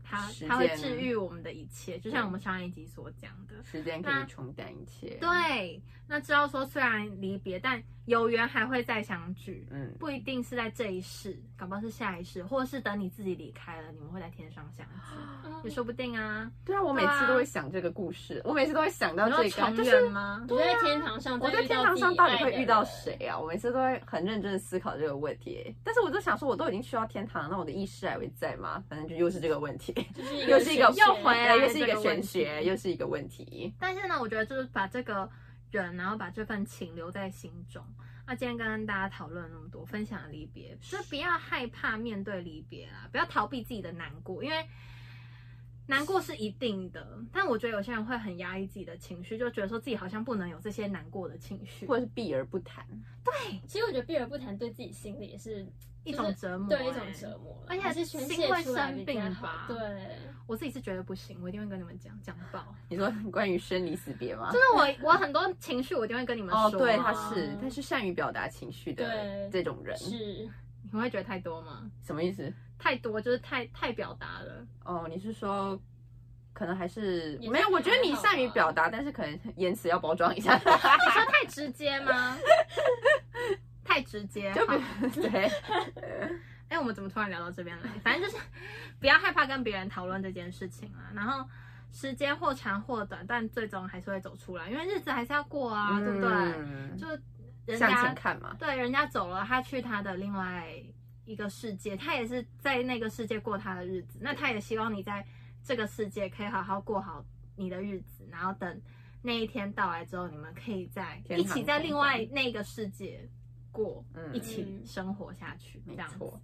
Speaker 1: 它
Speaker 2: 时间
Speaker 1: 它会治愈我们的一切，就像我们上一集所讲的。
Speaker 2: 时间可以冲淡一切。，
Speaker 1: 对，那知道说虽然离别，但有缘还会再相聚，
Speaker 2: 嗯，
Speaker 1: 不一定是在这一世，搞不好是下一世，或者是等你自己离开了，你们会在天上相聚，
Speaker 2: 哦
Speaker 1: 也说不定啊。
Speaker 2: 对啊，我每次都会想这个故事，我每次都会想到这
Speaker 1: 你
Speaker 2: 个啊
Speaker 1: 说，重
Speaker 2: 就是
Speaker 1: 圆吗？
Speaker 3: 你在天堂上，
Speaker 2: 啊我在天堂上到底会遇到？谁啊？我每次都会很认真的思考这个问题、但是我就想说，我都已经去到天堂了，那我的意识还会在吗？反正就又是这个问题，
Speaker 3: 就是
Speaker 2: 又是一个
Speaker 3: 玄学
Speaker 1: 又回来
Speaker 2: 对又是一
Speaker 1: 这
Speaker 2: 个
Speaker 1: 个
Speaker 2: 玄
Speaker 1: 问题
Speaker 2: 学，又是一个问题。
Speaker 1: 但是呢，我觉得就是把这个人，然后把这份情留在心中。那今天跟大家讨论了那么多，分享了离别，就是不要害怕面对离别啦，不要逃避自己的难过，因为难过是一定的。但我觉得有些人会很压抑自己的情绪，就觉得说自己好像不能有这些难过的情绪，
Speaker 2: 或者是避而不谈，
Speaker 3: 其实我觉得避而不谈对自己心里也是
Speaker 1: 一种折磨、欸
Speaker 3: 对一种折。磨啦，
Speaker 1: 而且
Speaker 3: 还是宣泄出来比较好
Speaker 1: 心会生病吧
Speaker 3: 对，
Speaker 1: 我自己是觉得不行，我一定会跟你们讲讲
Speaker 3: (laughs)
Speaker 1: 爆。
Speaker 2: 你说 (laughs) 关于生离死别吗
Speaker 1: 就？是我我很多情绪我一定会跟你们说。
Speaker 2: 哦，对，他
Speaker 3: 啊
Speaker 2: 是，他是善于表达情绪的
Speaker 3: 对
Speaker 2: 这种人，
Speaker 3: 是
Speaker 1: 你们会觉得太多吗？
Speaker 2: 什么意思？
Speaker 1: 太多就是太太表达了。
Speaker 2: 哦，你是说，可能还是
Speaker 3: 也是
Speaker 2: 没有？我觉得你
Speaker 3: 还好
Speaker 2: 善于
Speaker 3: 吧
Speaker 2: 表达，但是可能言辞要包装一下，
Speaker 1: 你说太直接
Speaker 2: (laughs)
Speaker 1: 吗？太直接。
Speaker 2: 就
Speaker 1: 好
Speaker 2: 比
Speaker 1: 哎、
Speaker 2: 如对，
Speaker 1: 我们怎么突然聊到这边来？反正就是不要害怕跟别人讨论这件事情啊啦。然后时间或长或短，但最终还是会走出来，因为日子还是要过啊，对不对？
Speaker 2: 嗯
Speaker 1: 就人
Speaker 2: 向前
Speaker 1: 家
Speaker 2: 看嘛，
Speaker 1: 对人家走了，他去他的另外一个世界，他也是在那个世界过他的日子。那他也希望你在这个世界可以好好过好你的日子，然后等那一天到来之后，你们可以在
Speaker 2: 天堂
Speaker 1: 一起在
Speaker 2: 同
Speaker 1: 另
Speaker 2: 房
Speaker 1: 外那个世界过，
Speaker 2: 嗯
Speaker 1: 一起生活下去，
Speaker 2: 没
Speaker 1: 这样子
Speaker 2: 错。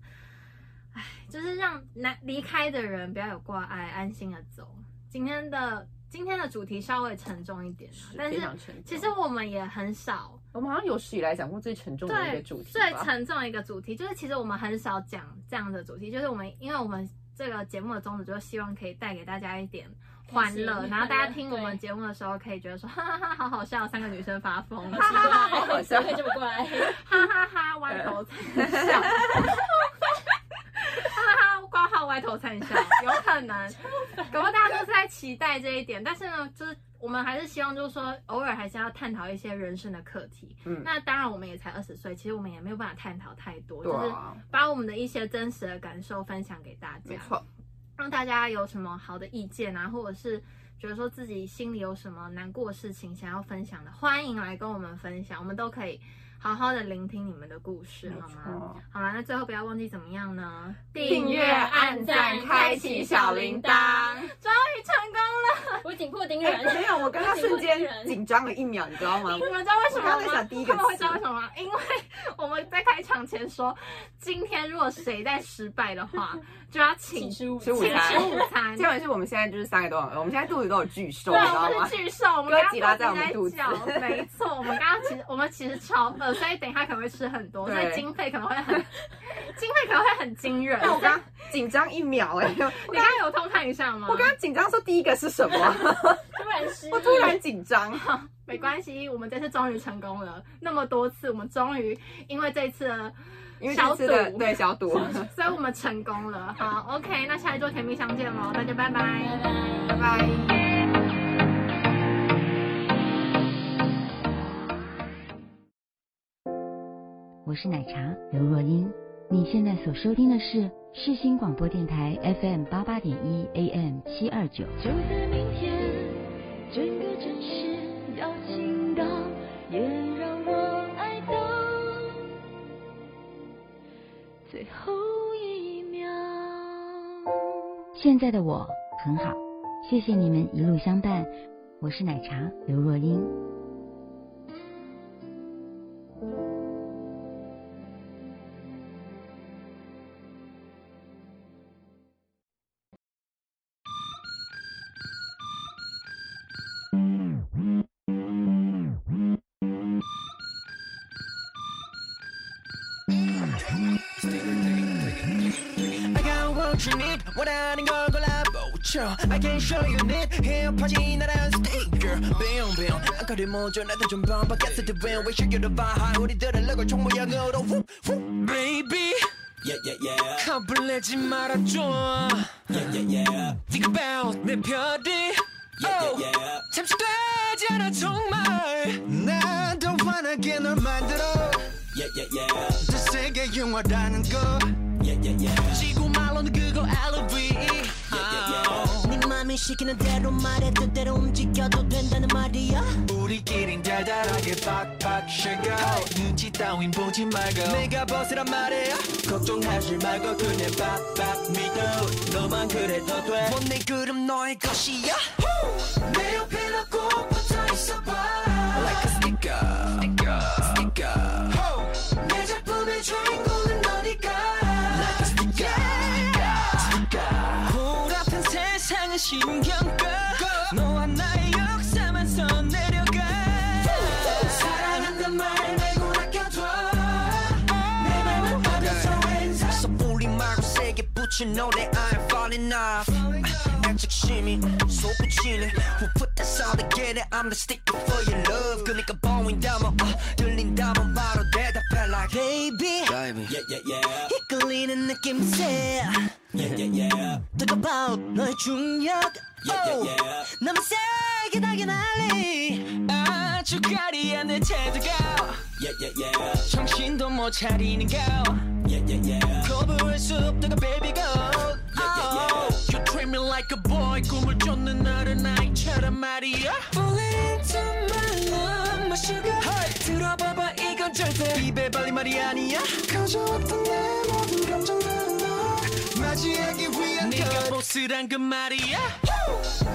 Speaker 1: 就是让难离开的人不要有挂碍，安心的走。今天的今天的主题稍微沉重一点啊、但
Speaker 2: 非
Speaker 1: 是
Speaker 2: 常沉重。
Speaker 1: 其实我们也很少
Speaker 2: 我们好像有史以来讲过最沉重的一个主题
Speaker 1: 最
Speaker 2: 吧。
Speaker 1: 沉重的一个主题，就是其实我们很少讲这样的主题，就是我们因为我们这个节目的宗旨就是希望可以带给大家一点欢
Speaker 3: 开
Speaker 1: 乐，
Speaker 3: 心
Speaker 1: 然后大家听
Speaker 3: 对
Speaker 1: 我们节目的时候可以觉得说哈哈哈好好笑，三个女生发疯，
Speaker 3: (laughs)
Speaker 1: 哈
Speaker 3: 奇
Speaker 1: 哈
Speaker 3: 怪，
Speaker 2: 好好笑
Speaker 3: 怎么会这么怪？ (laughs)
Speaker 1: 哈哈哈歪头惨
Speaker 2: (laughs)
Speaker 1: 笑，哈哈哈挂号歪头惨笑，有可能，搞不好大家都是在期待这一点，但是呢，就是。我们还是希望，就是说，偶尔还是要探讨一些人生的课题。
Speaker 2: 嗯
Speaker 1: 那当然，我们也才二十岁，其实我们也没有办法探讨太多，
Speaker 2: 对
Speaker 1: 就是
Speaker 2: 啊，
Speaker 1: 把我们的一些真实的感受分享给大
Speaker 2: 没
Speaker 1: 家，
Speaker 2: 错，
Speaker 1: 让大家有什么好的意见啊，或者是觉得说自己心里有什么难过的事情想要分享的，欢迎来跟我们分享，我们都可以好好的聆听你们的故事，
Speaker 2: 没
Speaker 1: 好吗？
Speaker 2: 错。
Speaker 1: 好啦，那最后不要忘记怎么样呢？
Speaker 3: 订阅按赞开启小铃铛
Speaker 1: 终于成功了！
Speaker 3: 我紧迫盯
Speaker 2: 哎，没
Speaker 3: 人，
Speaker 2: 有，我刚刚瞬
Speaker 1: (laughs)
Speaker 3: 紧迫盯
Speaker 2: 间
Speaker 3: 人
Speaker 2: 紧张了一秒，你知道吗？
Speaker 1: 你们知道为什
Speaker 2: 我刚
Speaker 1: 么
Speaker 2: 才想
Speaker 1: 吗？
Speaker 2: 第一个
Speaker 1: 他们会知道
Speaker 2: 词
Speaker 1: 为什么吗？因为我们在开场前说，今天如果谁再失败的话，就要请
Speaker 3: 请吃午
Speaker 2: 吃午
Speaker 1: 请
Speaker 2: 餐
Speaker 1: 吃午餐
Speaker 2: 结。果是我们现在就是三个都很饿，我们现在肚子都有巨瘦，
Speaker 1: 对，啊
Speaker 2: 你知
Speaker 1: 我
Speaker 2: 道
Speaker 1: 们
Speaker 2: 吗
Speaker 1: 是？巨兽，我们
Speaker 2: 哥
Speaker 1: 刚
Speaker 2: 吉
Speaker 1: 刚
Speaker 2: 拉在我们
Speaker 1: 在
Speaker 2: 肚子
Speaker 1: 叫
Speaker 2: (laughs)
Speaker 1: 没错，我们刚刚其实我们其实超饿，所以等一下可能会吃很多，所以
Speaker 2: 对
Speaker 1: 经费可能会很，经费可能会很惊人。
Speaker 2: 但我刚紧张一秒，
Speaker 1: (laughs)
Speaker 2: 哎，我
Speaker 1: 你刚
Speaker 2: 刚
Speaker 1: 刚有偷看一下吗？
Speaker 2: 我刚刚紧张说第一个是
Speaker 1: (laughs)
Speaker 2: 什么？
Speaker 3: 突然失忆
Speaker 2: 我突然紧张。
Speaker 1: 没关系，我们这次终于成功了。那么多次，我们终于因为这次的，
Speaker 2: 因为这次的
Speaker 1: 小赌
Speaker 2: 对小赌，
Speaker 1: 所以我们成功了。好，OK，那下一周甜蜜相见喽，大家拜拜。
Speaker 3: 拜拜
Speaker 2: (laughs) 拜。拜。
Speaker 4: 我是奶茶刘若英。你现在所收听的是世新广播电台 FM 八八点一 AM 七二九。
Speaker 5: 就在明天，整个城市要倾倒，也让我爱到最后一秒。
Speaker 4: 现在的我很好，谢谢你们一路相伴。我是奶茶刘若英。
Speaker 6: I got what you need 원하는 걸 골라보죠 I can show you need 힙하지 나란 스티커 빙빙 안거리 모조 나도 좀 반박했을 때 when we should get the vibe 우리들은 로고 총모양으로 whoop whoop baby 겁불내지 말아줘 Think about 내 별이 oh 잠시 되지 않아 정말 난더 환하게 널 만들어 더 세게 융화라는 거 지구 말로는 그거 어, elevate
Speaker 7: 네 맘이 시키는 대로 말해 뜻대로 움직여도 된다는 말이야
Speaker 6: 우리끼린 달달하게 팍팍 쉐겨 눈치 따윈 보지 말고 내가 벗으란 말이야 걱정하지 말고 그냥 팍팍 믿어 너만 그래도 돼못내 그름 너의 것이야 내 옆에 너꼭 붙어있어봐 Like a sticker sticker sticker 내 작품의 주인공은 너니까 Like a sticker 불같은 세상은 신경껏 너와 나의 역사만 써내려가 사랑한단 말 내고 아껴줘 내 맘은 받아서 왠지 섣불리 말고 세게 붙인 노래 I'm falling off 난 적심이 솟구치네 Who put that sound together I'm the sticker for your love 그니까 보인다면 어, 들린다면 바로 대답해 like Baby
Speaker 7: 이끌리는 느낌새 뜨거워 너의 중력 너무 세게 나게 날리
Speaker 6: 아주 가리한 내 태도가 정신도 못 차리는 거 거부할 수 없다가 baby go oh. You treat me like a boy 꿈을 쫓는 나를 나이처럼 말이야 Falling into my love my sugar 들어봐봐 이건 절대 입에 발린 말이 아니야 가져왔던 내 모든 감정들은 널 맞이하기 위한 네가 보스란 그 말이야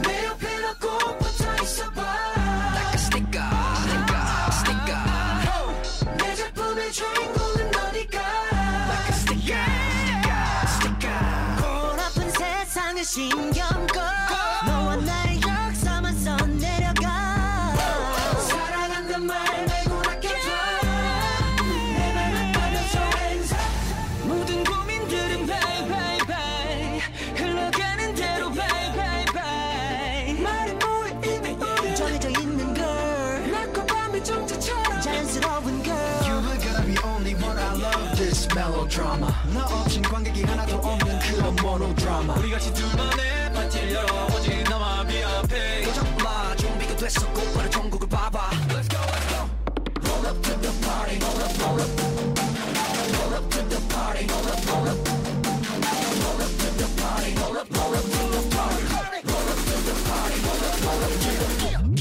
Speaker 6: 내 옆에 너꼭 붙어있어봐 Like a sticker sticker sticker 내 작품의 주인공은 너니까 Like a sticker sticker
Speaker 7: 신경껏 너와 나의 역사만 써내려가
Speaker 6: 사랑한단 말 메고 낚여줘 내 맘을 버려줘 hands up 모든 고민들은 bye bye bye 흘러가는 대로 bye bye bye 말이 뭐해 이미 우리
Speaker 7: 정해져 있는 걸
Speaker 6: 낮과 밤의 종자처럼
Speaker 7: 자연스러운 걸
Speaker 6: You were gonna be only one I love this melodrama 너 없인 관객이 하나도 없는 그런 모노드라마 우리 같이 둘만의 파티를 열어 오직 너와 VIP 도전 마 준비가 됐어 곧바로 전국을 봐봐 Let's go let's go Roll up to the party Roll up roll up Roll up to the party Roll up roll up Roll up to the party Roll up roll up to the party Roll up to the party Roll up roll up to the party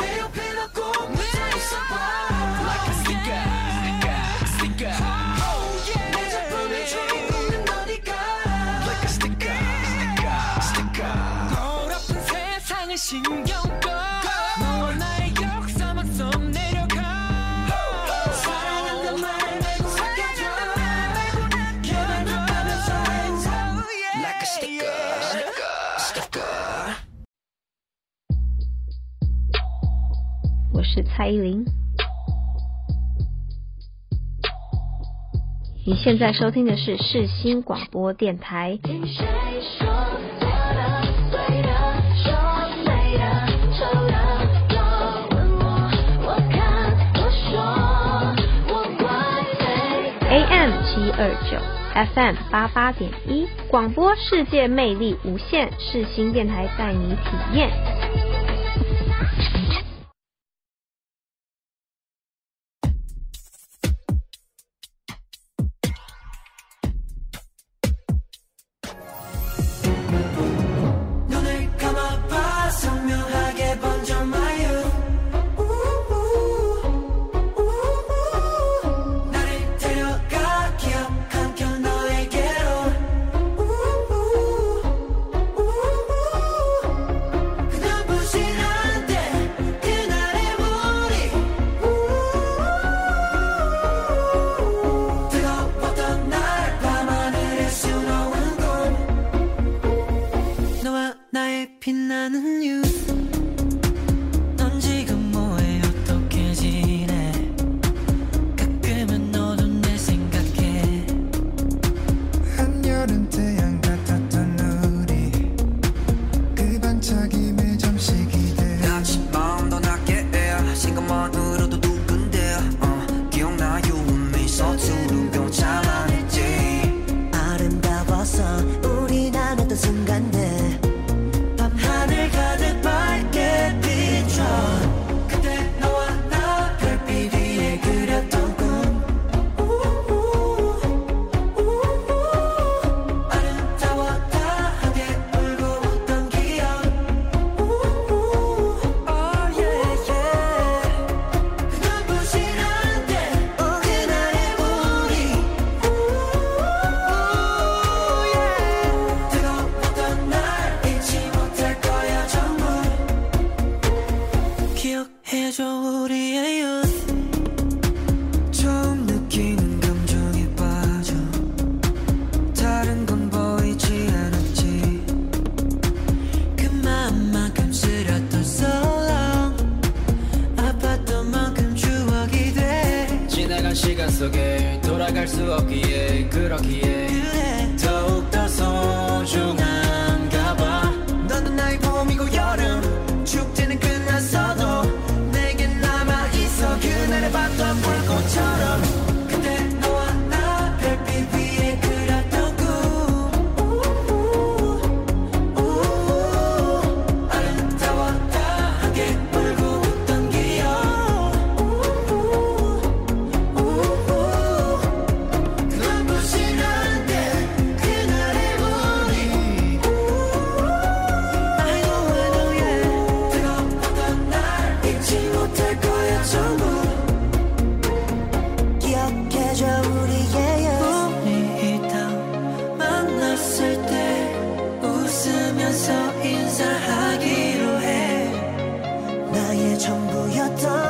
Speaker 6: 내 옆에 너꼭 있어봐 Like a sticker Sticker Oh yeah 내 작품의 주인공은 너니까 Like a sticker Sticker Sticker 더럽은 세상을 신경껏 너와 나의 역사만 써내려가 사랑한단 말 말고 사랑한단 말 말고 난 걔만 높아면서 Oh, hands up Like a sticker Sticker Sticker
Speaker 8: 我是蔡依林。你现在收听的是世新广播电台。
Speaker 5: 听谁说错了、对了、说美了、丑了，都问我，我看我说我怪谁？
Speaker 8: AM 七二九，FM 八八点一，广播世界魅力无限，世新电台带你体验。
Speaker 6: 눈을 감아봐 선명하게 번져 마요 우우, 우우. 나를 데려가 기억한 겨 너에게로 우우, 우우. 그냥 부실한데 그날의 우리 우우. 뜨거웠던 날 밤하늘에 수놓은 건 너와 나의 빛나는 이유 넌 지금 뭐해 어떻게 지내 가끔은 너도 내 생각해 한여름 태양 같았던 우리 그 반짝임에 잠시 기대 다친 마음도 낫게 해 생각만으로도 두근대 어, 기억나요 운미 서투른 경찰만했지
Speaker 7: 아름다워서 우리 나눴던 순간들
Speaker 6: 밤하늘 가득 밝게 비춰 그때 너와 나 별빛 위에 그렸던 꿈 우우, 우우. 아름다웠다 함께 울고 웃던 기억 우우, oh yeah, yeah. 그 눈부신 때 그날의 우리 우우, yeah. 뜨거웠던 날 잊지 못할 거야 정말 기억해줘 우리의 youth 처음 느끼는 감정에 빠져 다른 건 보이지 않았지 그 마음만큼 쓰렸던 so long 아팠던 만큼 추억이 돼
Speaker 9: 지나간 시간 속에 돌아갈 수 없기에 그렇기에
Speaker 6: 그래
Speaker 9: 더욱더 소중한가 봐
Speaker 6: 너는 나의 봄이고 여름 축제는 끝났어도 내겐 남아있어 그날에 봤던 불꽃처럼 그때 너와 나 별빛 위에 그렸던 꿈 우우, 우우. 아름다웠다 함께 울고 웃던 기억 우우, 우우. 눈부신 한때 그날의 우리 I know I know yeah 뜨거웠던 날 잊지 못할 거야 전부
Speaker 7: 기억해줘 우리의 여
Speaker 6: 우리 이따 만났을 때 웃으면서 인사하기로 해
Speaker 7: 나의 전부였던 그